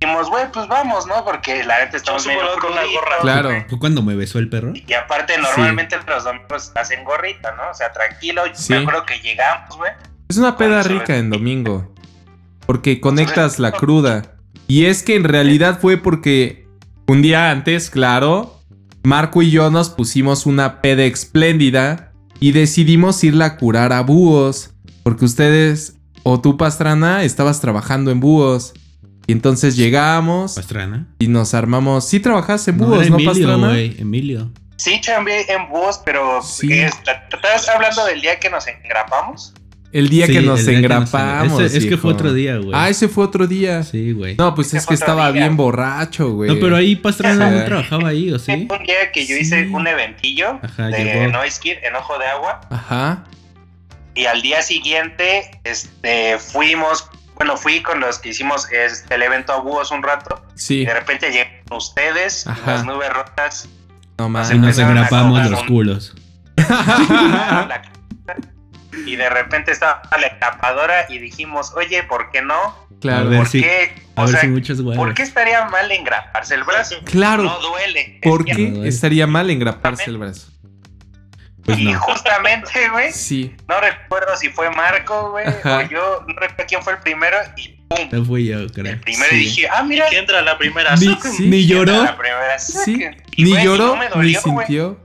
Dijimos, güey, pues vamos, ¿no? Porque la gente estamos
Yo
medio
subo con la
cruditos,
gorra.
Claro.
Fue cuando me besó el perro.
Y aparte, normalmente los domingos hacen gorrita, ¿no? O sea, tranquilo.
Sí.
Me acuerdo que llegamos, güey.
Es una peda
Vamos a ver.
rica en domingo. Porque conectas la cruda. Y es que en realidad fue porque un día antes, claro, Marco y yo nos pusimos una peda espléndida y decidimos irla a curar a búhos. Porque ustedes, o tú Pastrana, estabas trabajando en búhos. Y entonces llegamos
Pastrana.
y nos armamos. Sí trabajaste en
Pues
búhos,
No, era
¿no,
Emilio,
Pastrana?
güey. Emilio.
Sí, chambeé en búhos, pero
Sí.
es- ¿te- te ¿estás hablando del día que nos engrapamos?
El día
Sí,
que
el
nos
día que nos
engrapamos.
engra- Ese- Es que fue
hijo.
otro día, güey.
Ah, ese fue otro día.
Sí, güey.
No, pues
Ese
es
fue
que
otro
estaba
día.
bien borracho, güey.
No, pero ahí Pastrana
Ajá.
no trabajaba ahí, ¿o sí?
Un día que yo hice
Sí.
un eventillo
Ajá,
de
llegó.
Noise Kid en Ojo de Agua.
Ajá.
Y al día siguiente, este, fuimos, bueno, fui con los que hicimos este, el evento a búhos un rato. Y
Sí.
de repente llegaron ustedes,
Ajá.
las nubes rotas,
No
Y
mames.
nos
empezaron a
engrapamos
cobrar
los
un-
culos.
la casa, y de repente estaba la engrapadora y dijimos, oye, ¿por qué no?
A
claro.
ver.
¿Por
sí.
qué?
A
O
ver
sea,
si muchos
¿por
güeyes.
qué estaría mal engraparse el brazo? No
Claro.
duele.
¿Por
Es
qué
duele.
estaría mal engraparse el brazo?
que-
Pues
Y
no.
justamente, güey,
Sí.
no recuerdo si fue Marco, güey,
Ajá.
o yo, no recuerdo quién fue el primero, y pum,
No fui yo, creo.
el primero
Sí.
y dije, ah, mira,
Que entra la primera.
Ni,
Saca-
sí, ni lloró.
La primera
Sí.
Y,
Ni
güey,
lloró,
no me
ni
dolió, güey.
sintió.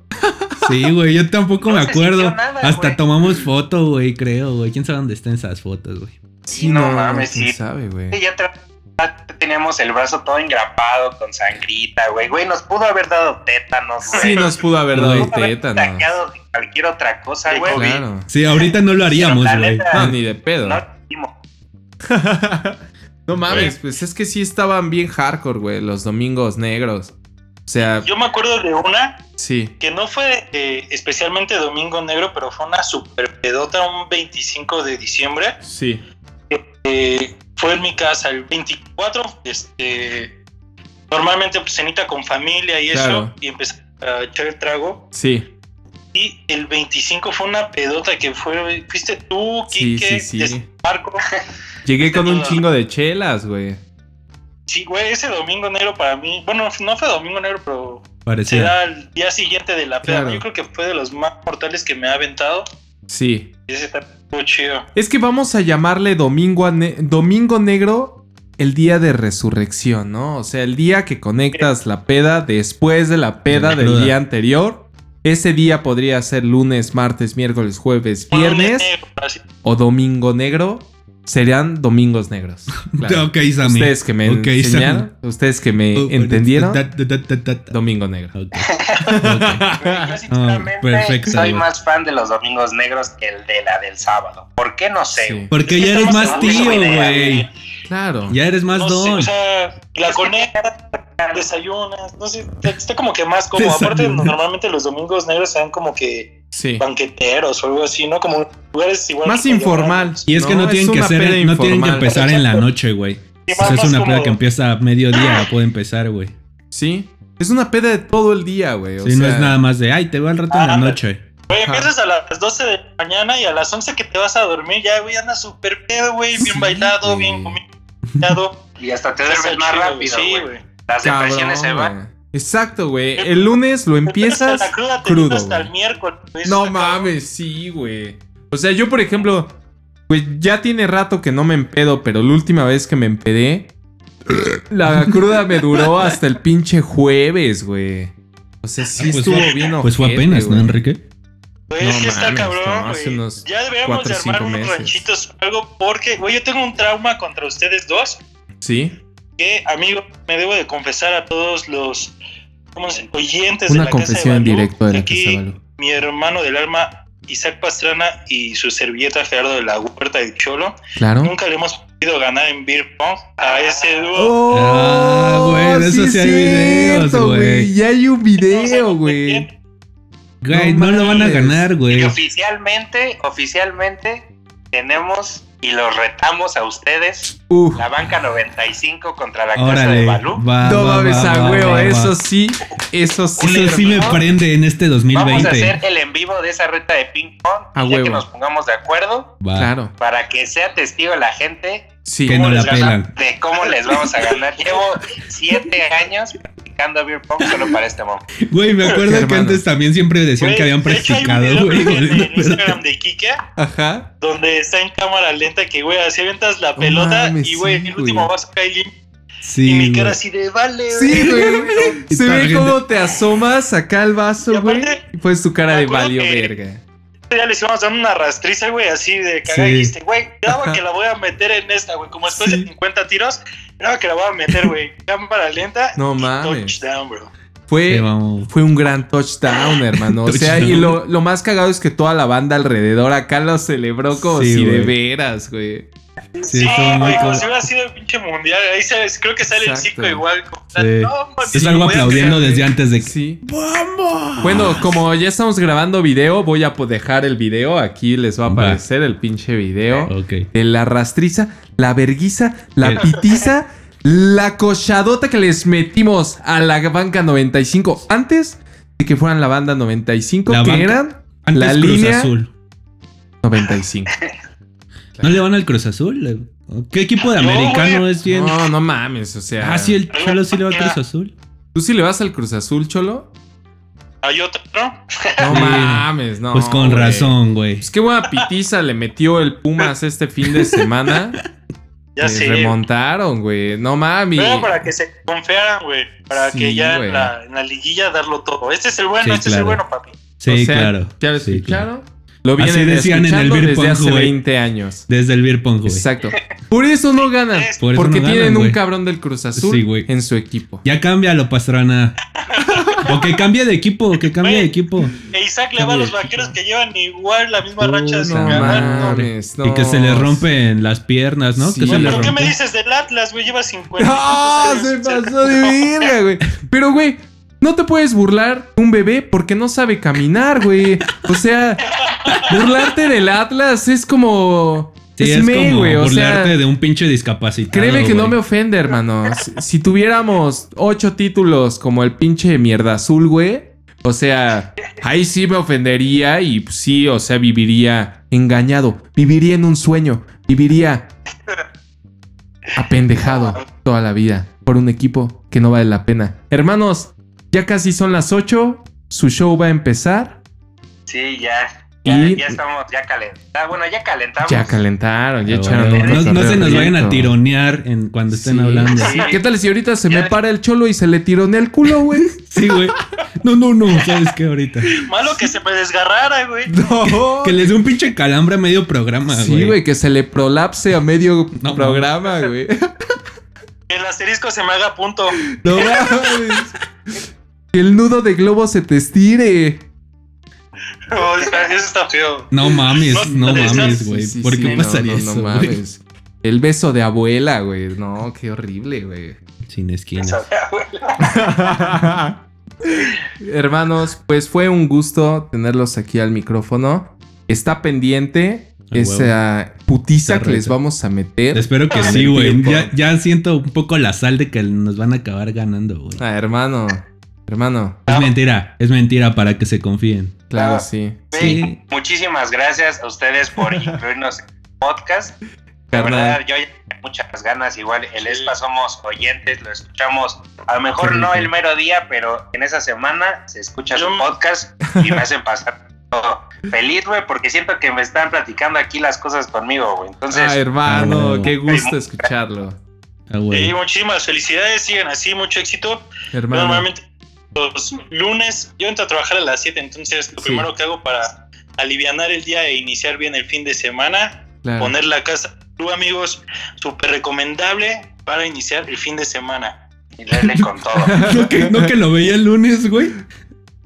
Sí, güey, yo tampoco
No
me
se
acuerdo.
sintió nada,
Hasta
güey.
tomamos foto, güey, creo, güey. ¿Quién sabe dónde están esas fotos, güey?
Sí,
no
no,
mames,
quién
sí.
sabe,
Sí,
güey.
ya tra- ya teníamos el brazo todo engrapado con sangrita, güey. Güey, nos pudo haber dado tétanos, güey.
Sí, nos pudo haber dado
Güey.
tétanos.
Taqueado de cualquier otra cosa,
De
güey.
COVID.
Claro.
Sí, ahorita no lo haríamos,
Pero la
güey. Ah,
neta-
No, ni de pedo.
No lo hicimos.
No mames, pues es que sí estaban bien hardcore, güey, los domingos negros. O sea,
Yo me acuerdo de una
sí.
que no fue eh, especialmente Domingo Negro, pero fue una super pedota un 25 de diciembre.
Sí.
Eh, fue en mi casa el 24. Este, normalmente pues, cenita con familia y
Claro.
eso. Y empecé a echar el trago.
Sí.
Y el 25 fue una pedota que fue, fuiste tú,
Sí, sí,
Quique,
sí.
este, Marco.
Llegué
Este
con un chingo de chelas, güey.
Sí, güey, ese domingo negro para mí, bueno, no fue domingo negro, pero
Parecía.
será el día siguiente de la peda.
Claro.
Yo creo que fue de los más mortales que me ha aventado.
Sí.
Y ese está muy chido.
Es que vamos a llamarle domingo, a ne- domingo negro el día de resurrección, ¿no? O sea, el día que conectas la peda después de la peda
la
del
cruda.
día anterior. Ese día podría ser lunes, martes, miércoles, jueves, viernes
Negro, así.
o domingo negro. Serían domingos negros. claro.
Ok, Sammy.
Ustedes que me
Ok, Sammy.
enseñaron, ustedes que me
Oh,
entendieron,
ta, ta, ta, ta, ta, ta.
domingo negro.
Ok. Ok.
Güey, Yo,
Ah.
sinceramente,
perfecto,
soy
güey.
más fan de los domingos negros que el de la del sábado. ¿Por qué? No sé,
Sí.
güey.
Porque
Es que
ya eres
estamos
más
en
tío,
una idea,
güey.
Claro.
Ya eres más
No sé,
don.
o sea, la conecta, desayunas, no sé, está como que más como, aparte
Desayunas.
normalmente los domingos negros se dan como que
Sí.
banqueteros o algo así, ¿no? Como lugares igual.
Más
que-
informal.
Y es que no,
No, es
tienen que
una
ser,
peda
no tienen que
informal.
empezar en la noche, güey.
Sí,
O sea,
más-
es una
más
peda que
cómodo.
empieza a mediodía,
Ah.
puede empezar, güey.
Sí. Es una peda de todo el día, güey. o
Sí, no
sea,
es nada más de, ay, te veo al rato en la
Ah,
noche.
Güey,
Ajá.
empiezas a las 12 de la mañana y a las 11 que te vas a dormir, ya, güey, anda súper pedo, güey, bien
Sí,
bailado,
güey.
bien comido.
Y hasta te duermes más rápido,
Sí,
güey.
güey.
Las
Cabrón,
depresiones se van.
güey. Exacto, güey. El lunes lo empiezas.
La cruda te
crudo,
dura hasta
güey.
el miércoles.
No
Está
mames, sí, güey. O sea, yo, por ejemplo, pues ya tiene rato que no me empedo, pero la última vez que me empedé, la cruda me duró hasta el pinche jueves, güey. O sea, sí
Ah, pues
estuvo
fue-
bien
Pues fue
ojete,
apenas, ¿no,
güey.
Enrique?
Güey,
No
es que está
mames,
cabrón,
no, hace
güey.
unos
Ya deberíamos
cuatro,
de armar
cinco
unos
meses.
ranchitos o algo, porque, güey, yo tengo un trauma contra ustedes dos,
Sí.
que, amigo, me debo de confesar a todos los ¿cómo se- oyentes de
Una
la casa
confesión en
de Balú,
directo de la
aquí,
Casa Balú.
Mi hermano del alma, Isaac Pastrana, y su servilleta Gerardo de la Huerta del Cholo,
Claro.
nunca le hemos podido ganar en Beer Pong a ese
Oh.
dúo.
Ah, güey,
Oh,
de eso sí hay videos,
cierto,
güey.
Ya hay un video, güey.
Bien,
Güey,
No
no, lo van a
mames.
ganar,
Y
güey.
oficialmente, oficialmente, tenemos y los retamos a ustedes.
Uf.
La banca 95 contra la casa
Órale.
de
Va,
Balú.
va,
No mames
va,
a
va,
huevo,
va,
eso
va.
sí, eso sí.
Eso sí me
¿no?
prende en este 2020.
Vamos a hacer el en vivo de esa reta de ping pong
A
y ya
huevo.
que nos pongamos de acuerdo
Va.
Claro,
para que sea testigo la gente
sí.
Que no la
les gana-
pelan.
de cómo les vamos a ganar. Llevo siete años practicando beer pong solo para este momento.
Güey, me acuerdo que
Hermano.
antes también siempre decían
Güey,
que habían
de hecho, hay un
practicado,
video
güey.
En
volviendo a
en Instagram de Kike,
Ajá.
donde está en cámara lenta, que güey, así aventas la pelota
mames,
y güey,
sí,
el último
güey.
vaso cae limpio.
Sí,
y mi cara
güey.
así de vale,
Sí, güey. Se
Está
ve
bien.
cómo te asomas acá al
Y
vaso, güey.
aparte,
Y pues tu cara
me
de
acuerdo
valió
que-
verga.
Ya les íbamos dando una rastriza, güey, así de cagar.
Sí.
Y dijiste, güey,
Ajá.
graba que la voy a meter en esta, güey. Como después
Sí.
de 50 tiros, graba que la voy a meter, güey. Cámara lenta.
No
y
mames.
Touchdown, bro.
Fue,
Sí, vamos.
fue un gran touchdown, hermano. O sea, y lo, lo más cagado es que toda la banda alrededor acá lo celebró como
Sí,
si de
güey.
veras, güey.
Sí,
Sí,
estuvo muy
güey, como
cool.
si hubiera sido el pinche mundial. Ahí sabes, creo que sale
Exacto.
el chico igual. como,
Sí.
mames,
Es algo
voy a
aplaudiendo
creer".
desde antes de que.
Sí. Bueno, como ya estamos grabando video, voy a po- dejar el video. Aquí les va a
Va.
aparecer el pinche video.
Ok.
de la rastriza, la verguiza, la
El-
pitiza, la cochadota que les metimos a la banca 95 antes de que fueran la banda 95,
La
que
banca-
eran
Antes
La
Cruz
línea-
Azul.
95.
¿No le van al Cruz Azul? Le- ¿Qué equipo de
No,
americano es bien?
No, no mames, o sea.
Ah, sí, el Cholo sí le va al Cruz Azul.
¿Tú sí le vas al Cruz Azul, Cholo?
Hay otro, ¿no?
No
Sí.
mames, no.
Pues con
güey.
razón, güey.
Pues qué buena pitiza le metió el Pumas este fin de semana.
Ya
Eh,
sé.
Remontaron, güey. No mames.
Pero para que se confiaran, güey. Para
Sí,
que ya
güey.
en la, en la liguilla darlo todo. Este es el bueno,
Sí,
este es el
claro.
bueno, papi.
Sí,
O sea,
claro.
¿Ya lo
Sí, claro.
escucharon? Lo
Así
vienen
decían en el
escuchando
beer
desde
pong,
hace
güey.
20 años.
Desde el Beer Pong, güey.
Exacto. Por eso no ganan.
Es-
Por eso
porque
no ganan,
tienen un
güey.
cabrón del Cruz Azul
Sí, güey.
en su equipo.
Ya cámbialo, pastrana. o que cambie de equipo, que cambie de
Güey.
equipo.
E Isaac le va a los vaqueros que llevan igual la misma racha sin
Puta
no
ganar. No,
madre.
mames,
Y que se le
no.
rompen las piernas, ¿no?
Sí.
Que se
Güey,
le
¿Pero qué me
rompen.
dices del Atlas, güey? Lleva 50.
¡Ah!
años
se
sin ser
pasó de verga, güey. Pero, güey, no te puedes burlar de un bebé porque no sabe caminar, güey. O sea, burlarte del Atlas es como.
Sí, es
meh,
como
güey. O sea,
burlarte de un pinche discapacitado.
Créeme que no me
Ah, güey.
ofende, hermano. Si, si tuviéramos ocho títulos como el pinche mierda azul, güey. O sea, ahí sí me ofendería y pues, sí, o sea, viviría engañado. Viviría en un sueño. Viviría apendejado toda la vida por un equipo que no vale la pena. Hermanos, ya casi son las ocho. Su show va a empezar.
Sí, ya. Ya,
Y-
ya estamos, ya calentamos. Ah, Bueno, ya calentamos.
Ya calentaron, ya
Ah,
echaron
bueno,
un
no, no se
cotorreo
nos vayan a
rico.
tironear en cuando estén
Sí,
hablando.
sí. ¿Qué tal si ahorita se me
Ya.
para el cholo y se le tironea el culo, güey?
Sí, güey. No, no, no. ¿Sabes qué? Ahorita.
Malo que se me desgarrara, güey.
No.
Que les dé un pinche calambre a medio programa, güey.
sí, güey, que se le prolapse a medio
No,
programa, güey.
Que el asterisco se me haga punto.
No mames. Que el nudo de globo se te estire.
O sea, eso está feo.
No mames, no
No, no,
mames,
sí,
güey.
Sí, sí,
¿Por
sí,
qué
no,
pasaría
no, no
eso, güey?
mames. El beso de abuela, güey. No, qué horrible, güey.
Sin esquinas.
Hermanos, pues fue un gusto tenerlos aquí al micrófono. Está pendiente
A
esa putiza
Esa
que les
reta.
vamos a meter.
Espero que
En
sí,
el
güey.
tiempo.
Ya, ya siento un poco la sal de que nos van a acabar ganando, güey.
Ah, hermano, hermano,
Es mentira, es mentira para que se confíen.
claro,
Ah.
sí.
Sí,
Sí.
Muchísimas gracias a ustedes por incluirnos en el podcast. La
Carnal.
verdad, yo ya tenía muchas ganas. Igual el ESPA somos oyentes, lo escuchamos. A lo mejor
Qué
no
rico.
el mero día, pero en esa semana se escucha su
Yo-
podcast y me hacen pasar todo feliz, güey, porque siento que me están platicando aquí las cosas conmigo, güey. Entonces,
Ah, hermano,
Ah,
qué gusto
muy-
escucharlo.
Ah, güey.
Y muchísimas felicidades, sigan así, mucho éxito. Yo
Hermano.
Normalmente los lunes yo entro a trabajar a las 7, entonces lo
Sí.
primero que hago para alivianar el día e iniciar bien el fin de semana,
claro.
poner la casa. Tú amigos, súper recomendable para iniciar el fin de semana.
y dale con todo.
No que, no que lo veía el lunes, güey.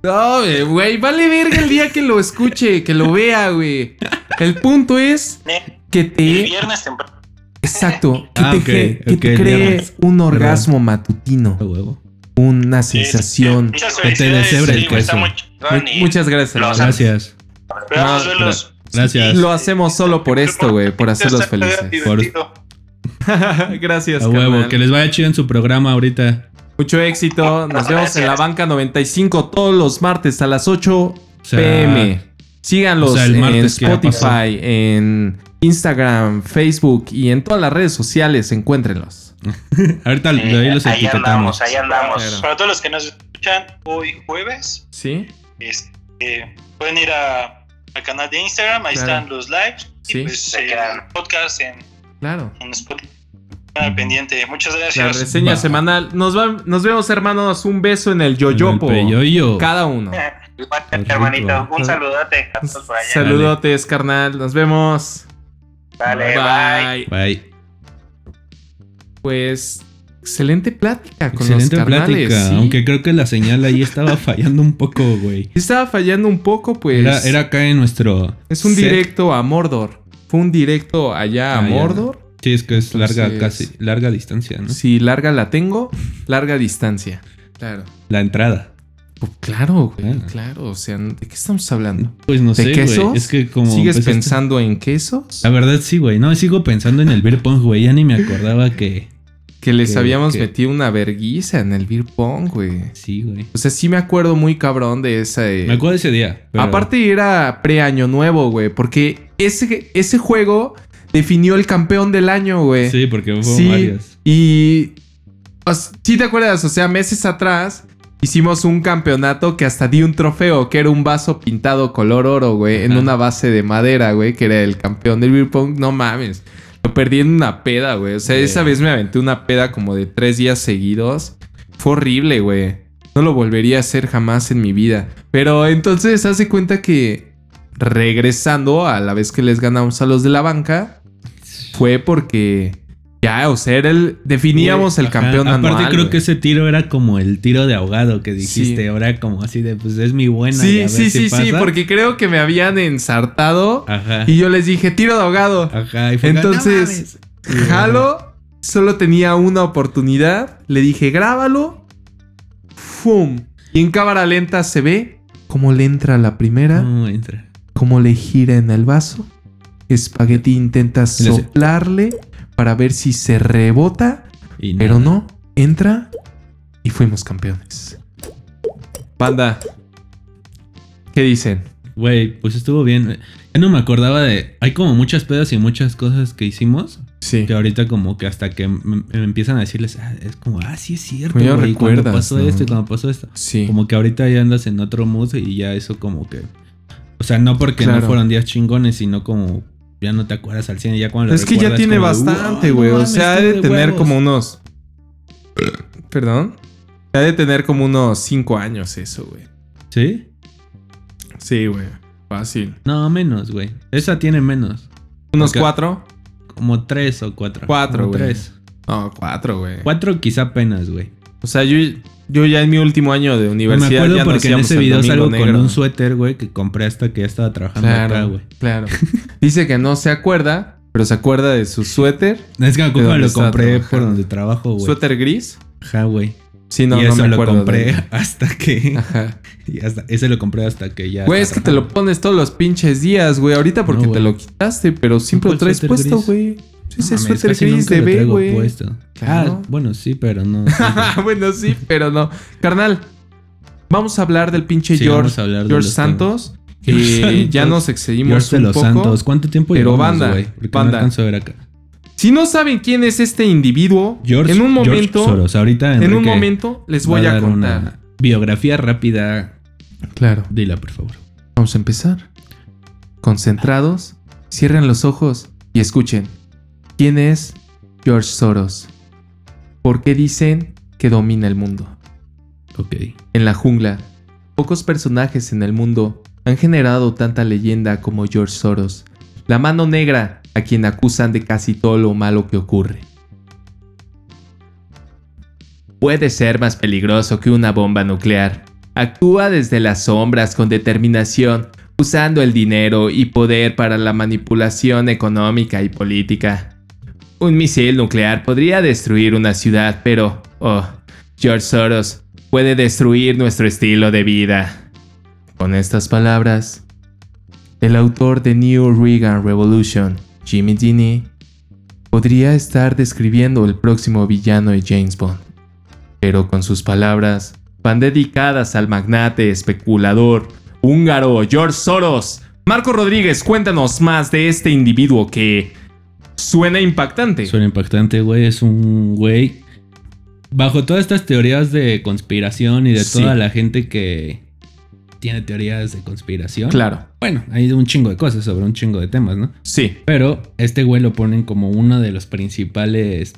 No, eh, güey, vale verga el día que lo escuche, que lo vea, güey. El punto es
Ne-
que
El
te.
viernes temprano.
Exacto. Que
Ah,
te,
ok,
cre- que te
ok,
cree
viernes.
un orgasmo matutino.
Ah, huevo.
Una sensación.
Muchas
Que te
felicidades.
deshebra el
sí, güey, está
queso.
muy chingón
Mu-
y
Muchas gracias,
Los
hermano.
Gracias.
esperamos
No,
verlos
Gracias.
Lo hacemos solo por esto, güey, por hacerlos
Está
felices.
divertido.
Gracias,
A huevo,
carnal.
que les vaya chido en su programa ahorita.
Mucho éxito. Nos vemos en la banca 95 todos los martes a las 8
O sea,
pm. Síganlos
o sea, el
en
martes que ya
Spotify, en Instagram, Facebook y en todas las redes sociales. Encuéntrenlos.
Ahorita
Sí,
de ahí los
ahí
etiquetamos.
andamos, Pues ahí andamos.
Claro.
Para todos los que nos escuchan hoy jueves,
¿Sí?
este, pueden ir a- al canal de Instagram, ahí
Claro.
están los lives
Sí.
y pues
Se
eh,
quedan.
podcast en,
Claro.
en Spotify. Al pendiente. Muchas
La
gracias.
reseña
Va.
semanal. Nos, va- nos vemos, hermanos. Un beso en el yoyopo.
Golpe, Yo-yo.
Cada uno.
Igualmente,
Rico.
hermanito, un
Ajá.
saludote a todos por allá.
Saludotes, carnal. Nos vemos.
Dale,
Bye.
bye.
Bye.
Pues, excelente plática con
Excelente
los carnales.
plática.
¿sí?
Aunque creo que la señal ahí estaba fallando un poco, güey.
Sí Estaba fallando un poco, pues.
Era, era acá en nuestro.
Es un
set.
directo a Mordor. Fue un directo allá a
Ah, ya.
Mordor.
Sí, es que es larga,
Entonces-
casi, larga distancia, ¿no?
Si larga la tengo, larga distancia. Claro.
La entrada.
claro, güey.
Claro.
Claro. O sea, ¿de qué estamos hablando?
Pues no
¿De
sé,
quesos?
güey. Es que como.
¿Sigues
empezaste- Ah,
pensando en quesos?
La verdad sí, güey. No, sigo pensando en el beer pong, güey. Ya ni me acordaba que.
Que les
que-
habíamos
que-
metido una verguiza en el beer pong, güey.
Sí, güey.
O sea, sí me acuerdo muy cabrón de esa. eh,
Me acuerdo de ese día. pero-
Aparte era pre-año nuevo, güey. Porque ese, ese juego definió el campeón del año, güey.
Sí, porque hubo
Sí.
varias.
Y. o s- sí, te acuerdas, o sea, meses atrás hicimos un campeonato que hasta di un trofeo, que era un vaso pintado color oro, güey, en
Ajá.
una base de madera, güey, que era el campeón del beer pong. No mames. Lo perdí en una peda, güey. O sea,
Yeah.
esa vez me aventé una peda como de tres días seguidos. Fue horrible, güey. No lo volvería a hacer jamás en mi vida. Pero entonces hace cuenta que regresando a la vez que les ganamos a los de la banca, fue porque ya, o sea, era el, definíamos el
Ajá.
campeón
Aparte
anual,
creo
güey.
que ese tiro era como el tiro de ahogado que dijiste.
Sí.
Ahora como así de, pues es mi buena. y a
Sí,
ver
sí,
si
sí, sí,
pasa.
porque creo que me habían ensartado
Ajá.
y yo les dije, tiro de ahogado.
Ajá. y fue-
Entonces,
"No mames".
jalo, solo tenía una oportunidad, le dije, grábalo, ¡fum! Y en cámara lenta se ve cómo le entra la primera,
No entra.
cómo le gira en el vaso. Espagueti intenta
Y le hace-
soplarle para ver si se rebota.
Y
Pero
nada.
no, entra y fuimos campeones. Banda, ¿qué dicen?
Güey, pues estuvo bien. Ya no me acordaba de. Hay como muchas pedas y muchas cosas que hicimos.
Sí.
Que ahorita, como que hasta que me, me empiezan a decirles, ah, es como, ah, sí es cierto.
Pues ya
güey, cuando
recuerdas,
pasó
¿no?
esto y cuando pasó esto.
Sí.
Como que ahorita ya andas en otro mood y ya eso, como que. O sea, no porque
Claro.
no fueron días chingones, sino como ya no te acuerdas al cine. Ya cuando lo
es que ya
recuerdas,
tiene
como de,
bastante,
"Wow,
güey.
no
o
mames,
sea, ha
estuvo
de tener
huevos".
como unos. Perdón. Ha de tener como unos 5 años eso, güey.
¿Sí?
Sí, güey. Fácil.
No, menos, güey. Esa tiene menos.
¿Unos
Acá-
4?
Como tres o cuatro.
Cuatro,
Como
güey.
Tres.
No, 4, güey.
Cuatro quizá apenas, güey.
O sea, yo, yo ya en mi último año de
me
universidad.
acuerdo
ya nos
porque en
íbamos
ese
al
video
Domingo
salgo
Negro.
con un suéter, güey, que compré hasta que ya estaba trabajando
Claro,
acá, güey.
claro. Dice que no se acuerda, pero se acuerda de su suéter.
Es que me acuerdo
¿De
que
dónde
lo
estaba
compré por
trabajando?
donde trabajo, Oh, güey.
¿Suéter gris?
Ajá, güey.
Sí, no,
y
no
eso
me
lo
acuerdo. de
compré
él.
hasta que.
Ajá.
y hasta- ese lo compré hasta que ya.
Güey, es que te lo pones todos los pinches días, güey. Ahorita porque
No,
te
güey.
lo quitaste, pero siempre lo
¿Cuál
traes
suéter
puesto,
gris?
güey. Ese
mames,
suéter
casi
gris
nunca
de
lo
B,
traigo
güey.
puesto.
Claro.
Ah, bueno, sí, pero no. sí, güey.
bueno, sí, pero no. Carnal, vamos a hablar del pinche
Sí, vamos
George,
a hablar de
George
los temas.
Santos.
George
que
Santos.
ya nos excedimos
George de
un
los
poco.
Santos. ¿Cuánto tiempo
Pero
llevamos,
banda,
güey? Porque
banda.
no alcanzo a ver acá.
Si no saben quién es este individuo,
George,
en un
George
momento,
Soros. Ahorita
en un
Enrique
momento les
va
voy a
dar una
contar.
biografía rápida.
Claro.
Dila, por favor.
Vamos a empezar. Concentrados, cierren los ojos y escuchen. ¿Quién es George Soros? ¿Por qué dicen que domina el mundo?
Ok.
En la jungla, pocos personajes en el mundo han generado tanta leyenda como George Soros, la mano negra a quien acusan de casi todo lo malo que ocurre. Puede ser más peligroso que una bomba nuclear. Actúa desde las sombras con determinación, usando el dinero y poder para la manipulación económica y política. Un misil nuclear podría destruir una ciudad, pero... Oh, George Soros puede destruir nuestro estilo de vida. Con estas palabras, El autor de New Reagan Revolution, Jimmy Dini, podría estar describiendo el próximo villano de James Bond, pero con sus palabras van dedicadas al magnate especulador húngaro George Soros. Marco Rodríguez, cuéntanos más de este individuo que suena impactante.
Suena impactante, güey. Es un güey. Bajo todas estas teorías de conspiración y de
Sí.
toda la gente que tiene teorías de conspiración.
Claro,
Bueno, hay un chingo de cosas sobre un chingo de temas, ¿no?
sí,
Pero este güey lo ponen como uno de los principales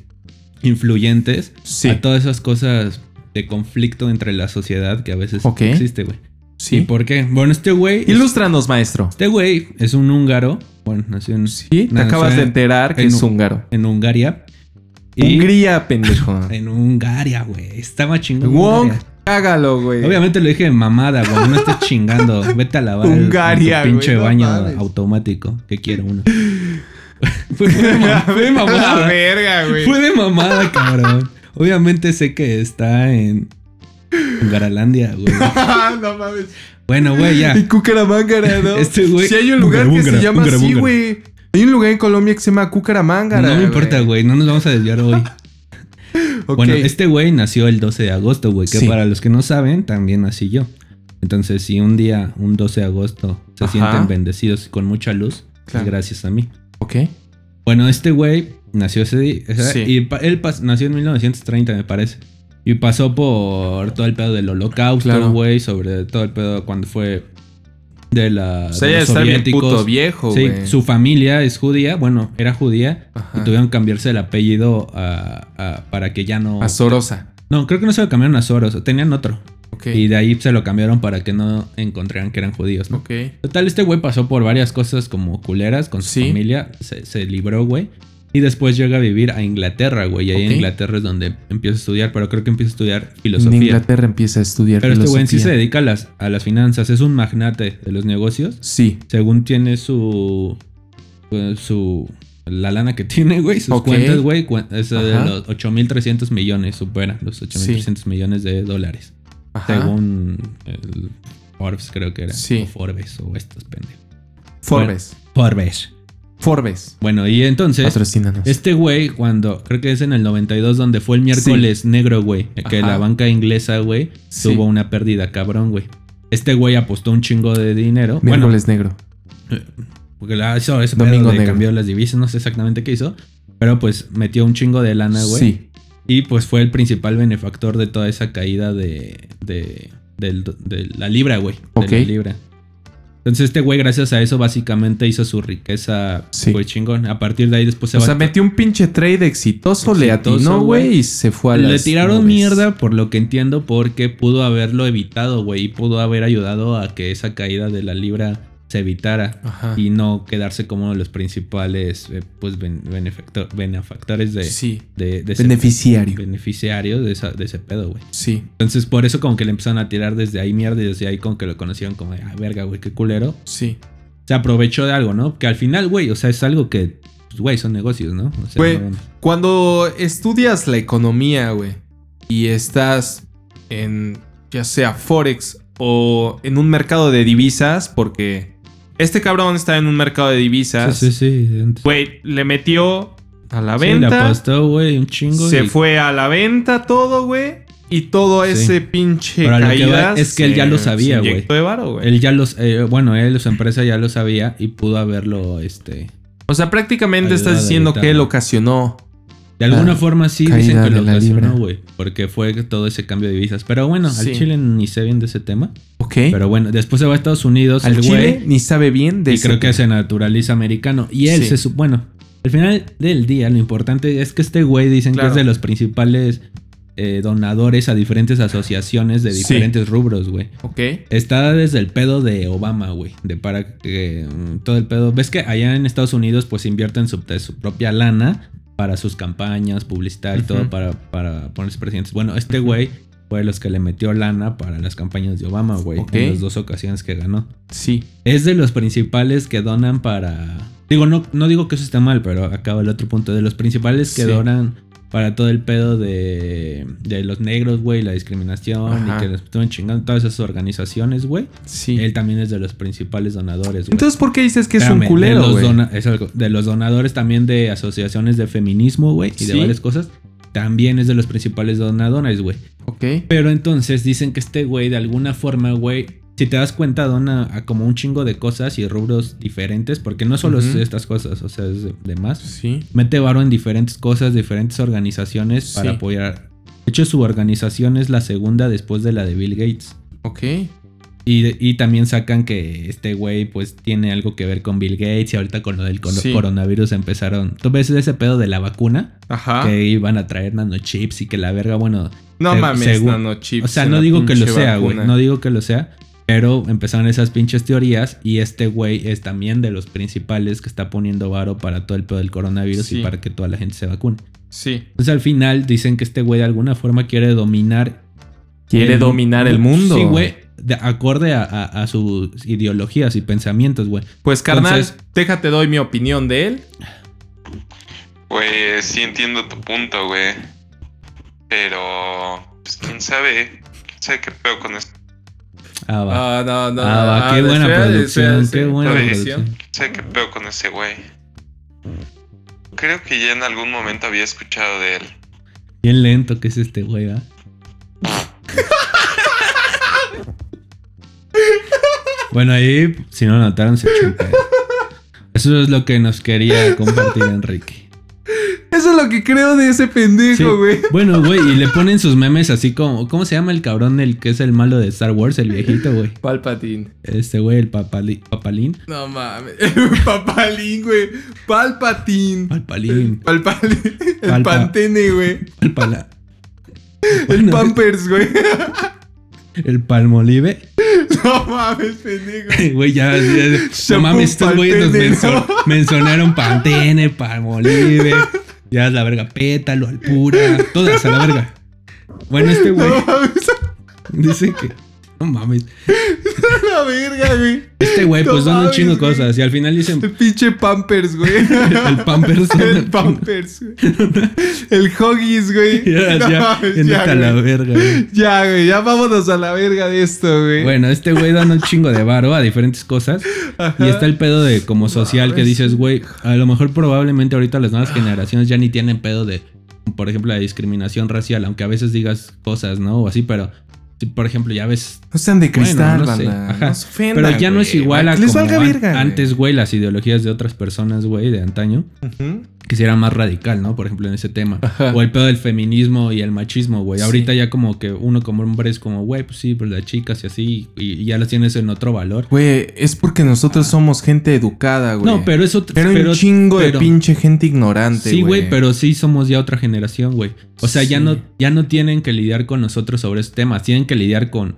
influyentes
sí,
a todas esas cosas de conflicto entre la sociedad que a veces
Ok.
existe, güey. ¿Y
sí.
por qué? Bueno, este güey.
Ilústranos, maestro.
Este güey es un húngaro. Bueno, nació en,
Sí, te
No,
acabas de
suena-
enterar que
en
es
un-
húngaro.
en Hungaria. Y-
Hungría, pendejo.
En Hungaria, güey. Estaba chingón.
Wong,
Hungaria.
cágalo, güey.
Obviamente lo dije de mamada, güey. No estés chingando. Vete a lavar el-
Hungaria,
tu pinche
güey, no
baño
mames.
automático. Que quiero uno. fue, de ma- fue de
La
mamada.
verga, güey.
Fue de mamada, cabrón. Obviamente sé que está en Hungaralandia, güey.
Ah, no mames.
Bueno, güey, ya.
Y Cucaramángara, ¿no?
Este güey-
Si hay un lugar
Húngara,
que se
húngara,
llama
húngara,
así,
húngara.
güey. Hay un lugar en Colombia que se llama Cucaramángara.
No me importa, güey. No nos vamos a desviar hoy.
Ok.
Bueno, este güey nació el 12 de agosto, güey. Que
Sí.
para los que no saben, también nací yo. Entonces, si un día, un 12 de agosto, se
Ajá.
sienten bendecidos y con mucha luz, es
Claro.
gracias a mí.
Ok.
Bueno, este güey nació ese día. o sea,
Sí.
Y pa- él pas- nació en 1930, me parece. Y pasó por todo el pedo del
Claro.
holocausto, güey. Sobre todo el pedo cuando fue de la.
O sea,
de
ya
los
está bien puto
soviéticos.
viejo,
Sí,
güey.
su familia es judía. Bueno, era judía.
Ajá.
Y tuvieron que cambiarse el apellido a- a- para que ya no.
A Sorosa.
No, creo que no se lo cambiaron a Soros, tenían otro.
Ok.
Y de ahí se lo cambiaron para que no encontraran que eran judíos, ¿no?
Ok.
Total, este güey pasó por varias cosas como culeras con su
Sí.
familia, se, se libró, güey. Y después llega a vivir a Inglaterra, güey. Y ahí en
Ok.
Inglaterra es donde empieza a estudiar, pero creo que empieza a estudiar
En
filosofía.
Inglaterra empieza a estudiar
Pero este güey
filosofía.
en sí se dedica a las, a las finanzas, es un magnate de los negocios.
Sí.
Según tiene su. pues, su la lana que tiene, güey, sus
Ok.
cuentas, güey, cuen- es de
Ajá.
los 8.300 millones, supera los 8.300 millones de dólares.
Ajá.
Según el Forbes, creo que era.
Sí.
O Forbes o estos pendejos.
Forbes.
Forbes.
Forbes.
Bueno, y entonces,
Patrocínanos.
este güey, cuando creo que es en el 92, donde fue el miércoles negro, güey, que
Ajá.
la banca inglesa, güey,
Sí.
tuvo una pérdida, cabrón, güey. Este güey apostó un chingo de dinero. Bueno,
Miércoles negro.
porque la hizo ese
Domingo
pedo de
Negro.
cambió las divisas, no sé exactamente qué hizo. Pero pues metió un chingo de lana, güey.
Sí.
Y pues fue el principal benefactor de toda esa caída de, de, del- de la libra, güey.
Ok.
De la libra. Entonces este güey, gracias a eso, básicamente hizo su riqueza,
Sí.
güey, chingón. A partir de ahí después se
O
va-
sea, metió un pinche trade exitoso, le
Exitoso,
atinó, güey,
güey.
y se fue a las
Le tiraron
nubes.
mierda, por lo que entiendo, porque pudo haberlo evitado, güey. Y pudo haber ayudado a que esa caída de la libra se evitara.
Ajá.
y no quedarse como uno de los principales eh, pues ben- benefactor- benefactores de,
Sí.
de, de ese-
Beneficiario.
beneficiario de, esa- de ese pedo, güey.
Sí.
Entonces, por eso como que le empezaron a tirar desde ahí mierda y desde ahí como que lo conocieron como, de, ah, verga, güey, qué culero.
Sí.
Se aprovechó de algo, ¿no? Que al final, güey, o sea, es algo que, pues, güey, son negocios, ¿no? O sea,
Güey.
no mames.
Cuando estudias la economía, güey, y estás en ya sea Forex o en un mercado de divisas, porque este cabrón está en un mercado de divisas,
Sí, sí, sí. antes-
güey, le metió a la
Sí, le
venta,
apostó, güey, un chingo.
se
y-
fue a la venta todo, güey, y todo
Sí.
ese pinche
Pero a lo que
caída
va es que él ya
se-
lo sabía,
se
güey.
inyectó de varo, güey.
Él ya los, eh, bueno, él, su empresa ya lo sabía y pudo haberlo, este,
O sea, prácticamente
Ayuda
estás
de
diciendo que él
evitarlo.
ocasionó.
De alguna
La
forma sí
Ah, caída
dicen que
de
lo
la libra.
ocasionó, güey. Porque fue todo ese cambio de divisas. Pero bueno,
Sí.
al Chile ni sé bien de ese tema.
Ok.
Pero bueno, después se va a Estados Unidos,
Al
el
Chile
güey.
ni sabe bien de
Y
ese
creo que
tema.
se naturaliza americano. Y él
Sí.
se sup- Bueno, al final del día, lo importante es que este güey dicen
Claro.
que es de los principales eh, donadores a diferentes asociaciones de
Sí.
diferentes rubros, güey.
Ok.
Está desde el pedo de Obama, güey. De para que mm, todo el pedo. Ves que allá en Estados Unidos, pues invierten su, de su propia lana para sus campañas, publicidad y
Ujú.
todo para, para ponerse presidentes. Bueno, este güey fue de los que le metió lana para las campañas de Obama, güey.
Ok.
En las dos ocasiones que ganó.
Sí.
Es de los principales que donan para. Digo, no, no digo que eso esté mal, pero acaba el otro punto. De los principales que
Sí.
donan para todo el pedo de, de los negros, güey, la discriminación
Ajá.
y que les estuvieron chingando todas esas organizaciones, güey.
Sí.
Él también es de los principales donadores, güey.
Entonces, ¿por qué dices que es
Espérame,
un
de
culero,
los,
güey?
dona- es algo- de los donadores también de asociaciones de feminismo, güey, y de
Sí.
varias cosas. También es de los principales donadores, güey.
Ok.
Pero entonces dicen que este güey, de alguna forma, güey, si te das cuenta, dona a como un chingo de cosas y rubros diferentes, porque no solo es
Ujú.
estas cosas, o sea, es de, de más.
Sí.
Mete varo en diferentes cosas, diferentes organizaciones para
Sí.
apoyar. De hecho, su organización es la segunda después de la de Bill Gates.
Ok.
Y, y también sacan que este güey pues tiene algo que ver con Bill Gates y ahorita con lo del coro-
Sí.
coronavirus empezaron. ¿Tú ves ese pedo de la vacuna?
Ajá.
Que iban a traer nanochips y que la verga, bueno.
No
Se-
mames,
según-
nanochips
o sea,
en
no
la
digo que lo
pinche
sea, güey.
vacuna.
No digo que lo sea. Pero empezaron esas pinches teorías y este güey es también de los principales que está poniendo varo para todo el pedo del coronavirus
Sí.
y para que toda la gente se vacune.
Sí.
Entonces al final dicen que este güey de alguna forma quiere dominar
Quiere dominar el mundo.
Sí, güey. De acorde a, a- a sus ideologías y pensamientos, güey.
Pues, carnal,
Entonces-
déjate doy mi opinión de él.
Güey, Pues, sí entiendo tu punto, güey. Pero, pues quién sabe. ¿Quién sabe qué pedo con esto?
Ah, va.
Ah, no, no.
Ah, va, qué buena
espera,
producción,
espera,
qué
sí,
buena
producción.
producción.
¿Quién sabe qué pedo con ese güey? Creo que ya en algún momento había escuchado de él.
Bien lento que es este güey, ¿ah? bueno, ahí, si no notaron, se chupa. Eso es lo que nos quería compartir Enrique.
Eso es lo que creo de ese
Sí.
pendejo, güey.
Bueno, güey, y le ponen sus memes así como... ¿Cómo se llama el cabrón el que es el malo de Star Wars, el viejito, güey?
Palpatín.
Este güey, el papali- papalín.
No mames. Papalín, güey. Palpatín.
Palpalín.
Palpalín. El
Palpa-
pantene, güey.
Palpala.
El
Bueno,
Pampers, güey.
El palmolive.
No mames, pendejo.
Güey, ya, ya- ya-
Shampoo
no mames, estos güeyes nos
Pantene,
menso- mencionaron Pantene, Palmolive, ya la verga, Pétalo, Alpura, todas a la verga. Bueno, este güey
No mames,
dice que, no mames,
a la verga, güey.
este güey
No
pues son un
mames,
chingo de
güey.
cosas y al final dicen
El pinche Pampers, güey.
el Pampers.
El Pampers, güey. El Hoggies, güey.
Ya,
No
ya,
mames,
ya,
ya,
neta, la
güey.
verga. güey.
Ya, güey, ya vámonos a la verga de esto, güey.
Bueno, este güey dan un chingo de varo a diferentes cosas.
Ajá.
Y está el pedo de como social que
Mames.
dices, güey, a lo mejor probablemente ahorita las nuevas generaciones ya ni tienen pedo de, por ejemplo, la discriminación racial, aunque a veces digas cosas, ¿no? O así, pero, si, por ejemplo, ya ves...
No sean de
Bueno,
cristal,
no sé,
banda.
ajá.
No se ofendan,
Pero ya no es
güey.
igual a
Que les
como
valga
an-
verga, güey.
antes, güey, las ideologías de otras personas, güey, de antaño,
Ujú.
que si era más radical, ¿no? Por ejemplo, en ese tema.
Ajá.
O el pedo del feminismo y el machismo, güey.
Sí.
Ahorita ya como que uno como hombre es como, güey, pues sí, pues las chicas y así, y, y ya las tienes en otro valor.
Güey, es porque nosotros somos gente educada, güey.
No, pero es otro...
Pero hay un chingo de
pero-
pinche gente ignorante,
Sí, güey, pero sí somos ya otra generación, güey. O sea, ya
Sí.
no, ya no tienen que lidiar con nosotros sobre esos temas. Tienen que lidiar con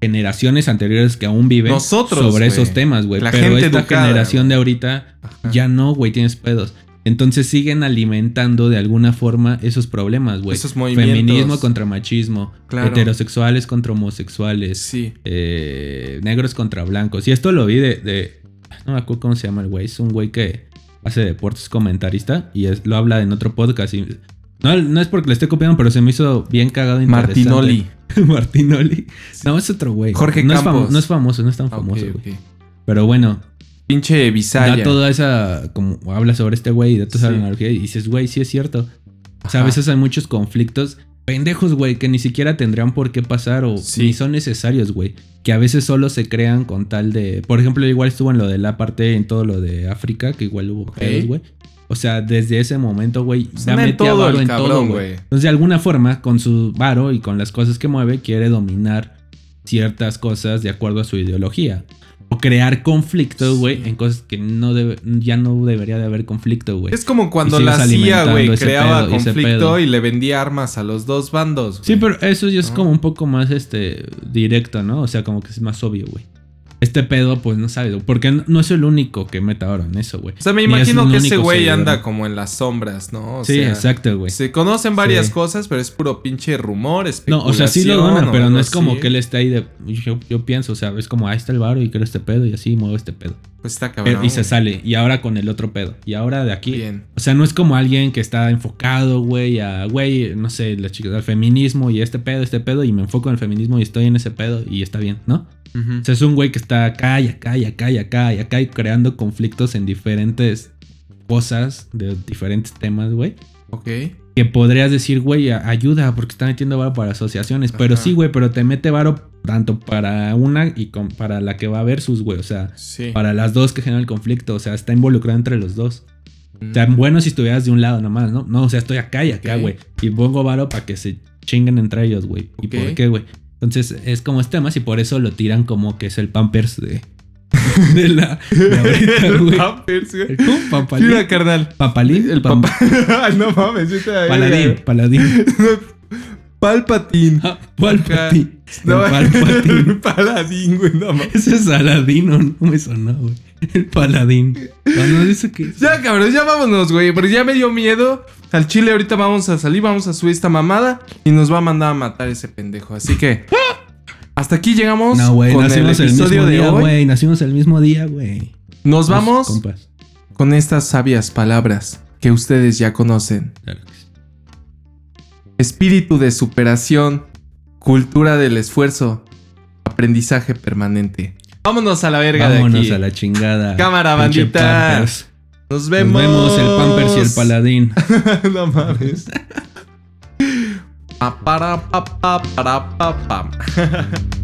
generaciones anteriores que aún viven
Nosotros,
sobre
güey.
esos temas, güey.
La
Pero
gente
esta
educada,
generación
güey.
de ahorita
Ajá.
ya no, güey, tienes pedos. Entonces siguen alimentando de alguna forma esos problemas, güey.
Esos movimientos.
Feminismo contra machismo,
Claro.
heterosexuales contra homosexuales,
Sí.
eh, negros contra blancos. Y esto lo vi de, de- No me acuerdo cómo se llama el güey. Es un güey que hace deportes, comentarista. Y es- lo habla en otro podcast. y- no, no es porque le esté copiando, pero se me hizo bien cagado. e interesante.
Martinoli.
Martinoli. No, es otro güey.
Jorge
no Es
Campos.
fam- no es famoso, no es tan
Ah,
famoso.
ok,
güey.
ok.
Pero bueno,
Pinche
da
Visaya.
toda esa. Como habla sobre este güey y da toda esa
Sí.
analogía. Y dices, güey, sí es cierto. O sea, a
Ajá.
veces hay muchos conflictos pendejos, güey, que ni siquiera tendrían por qué pasar o
Sí.
ni son necesarios, güey. Que a veces solo se crean con tal de. Por ejemplo, igual estuvo en lo de la parte, en todo lo de África, que igual hubo pedos, güey. O sea, desde ese momento, güey,
Pues
ya
anda en
metía
todo
varo
el
en todo,
cabrón,
güey.
güey.
Entonces, de alguna forma, con su varo y con las cosas que mueve, quiere dominar ciertas cosas de acuerdo a su ideología. O crear conflicto, güey, en cosas que no debe, ya no debería de haber conflicto, güey.
Es como cuando
Y
la
sigues
CIA,
alimentando
güey,
ese
creaba
pedo, ese
conflicto
pedo.
y le vendía armas a los dos bandos.
Sí,
güey.
pero eso ya es
¿No?
como un poco más este directo, ¿no? O sea, como que es más obvio, güey. este pedo, pues no sabes, güey, porque no, no es el único que meta ahora en eso, güey.
O sea, me
Ni es
imagino
un
que ese
único
güey
seguidor.
anda como en las sombras, ¿no? O
Sí,
sea,
exacto, güey.
Se conocen varias
pues. Sí.
cosas, pero es puro pinche rumor,
No,
especulación.
o sea, sí lo dona,
o
pero
algo
no es como
así.
que él está ahí de. Yo, yo pienso, o sea, es como ahí está el varo y creo este pedo y así muevo este pedo.
Pues está
Pero-
cabrón.
y se
güey.
sale, y ahora con el otro pedo, y ahora de aquí.
Bien.
O sea, no es como alguien que está enfocado, güey, a, güey, no sé, la chica, al feminismo y este pedo, este pedo, y me enfoco en el feminismo y estoy en ese pedo y está bien, ¿no?
Ujú.
O sea, es un güey que está acá y acá y acá y acá y acá y creando conflictos en diferentes cosas, de diferentes temas, güey.
Ok.
Que podrías decir, güey, a- ayuda, porque está metiendo varo para asociaciones. Pero
Ajá.
sí, güey, pero te mete varo tanto para una y con- para la que va a ver sus, güey. O sea,
Sí.
para las dos que generan el conflicto. O sea, está involucrado entre los dos.
Mm.
O sea, bueno si estuvieras de un lado nomás, ¿no? No, o sea, estoy acá y acá,
Ok.
güey. Y pongo varo para que se chinguen entre ellos, güey. ¿Y
Ok.
por qué, güey? Entonces, es como este temas y por eso lo tiran como que es el Pampers de, de la... De ahorita,
El
güey.
Pampers, güey.
¿Cómo? ¿Papalín?
Mira, carnal.
¿Papalín?
El
Pam-
papá. Ay, no mames, sí te la-
Paladín. Paladín.
Palpatín.
Ah, Palpatine.
No,
El Palpatine.
el Paladín, güey, no mames.
Ese es Aladino, no me sonó, güey. El Paladín. Cuando dice que...
Ya, cabrón, ya vámonos, güey. Porque ya me dio miedo. Al chile ahorita vamos a salir, vamos a subir esta mamada y nos va a mandar a matar ese pendejo. Así que. Hasta aquí llegamos
No, güey,
con el
nacimos el,
episodio
mismo
de
día,
hoy.
güey. Nacimos el mismo día, güey.
Nos vamos
Compas.
con estas sabias palabras que ustedes ya conocen.
Claro que sí.
Espíritu de superación, cultura del esfuerzo, aprendizaje permanente. Vámonos a la verga de
Vámonos
aquí.
a la chingada.
Cámara,
pinche
bandita.
Pampers.
Nos
Nos
vemos.
vemos el Pampers y el Paladín.
no mames. Pa, para, pa, pa, para, pa, pam.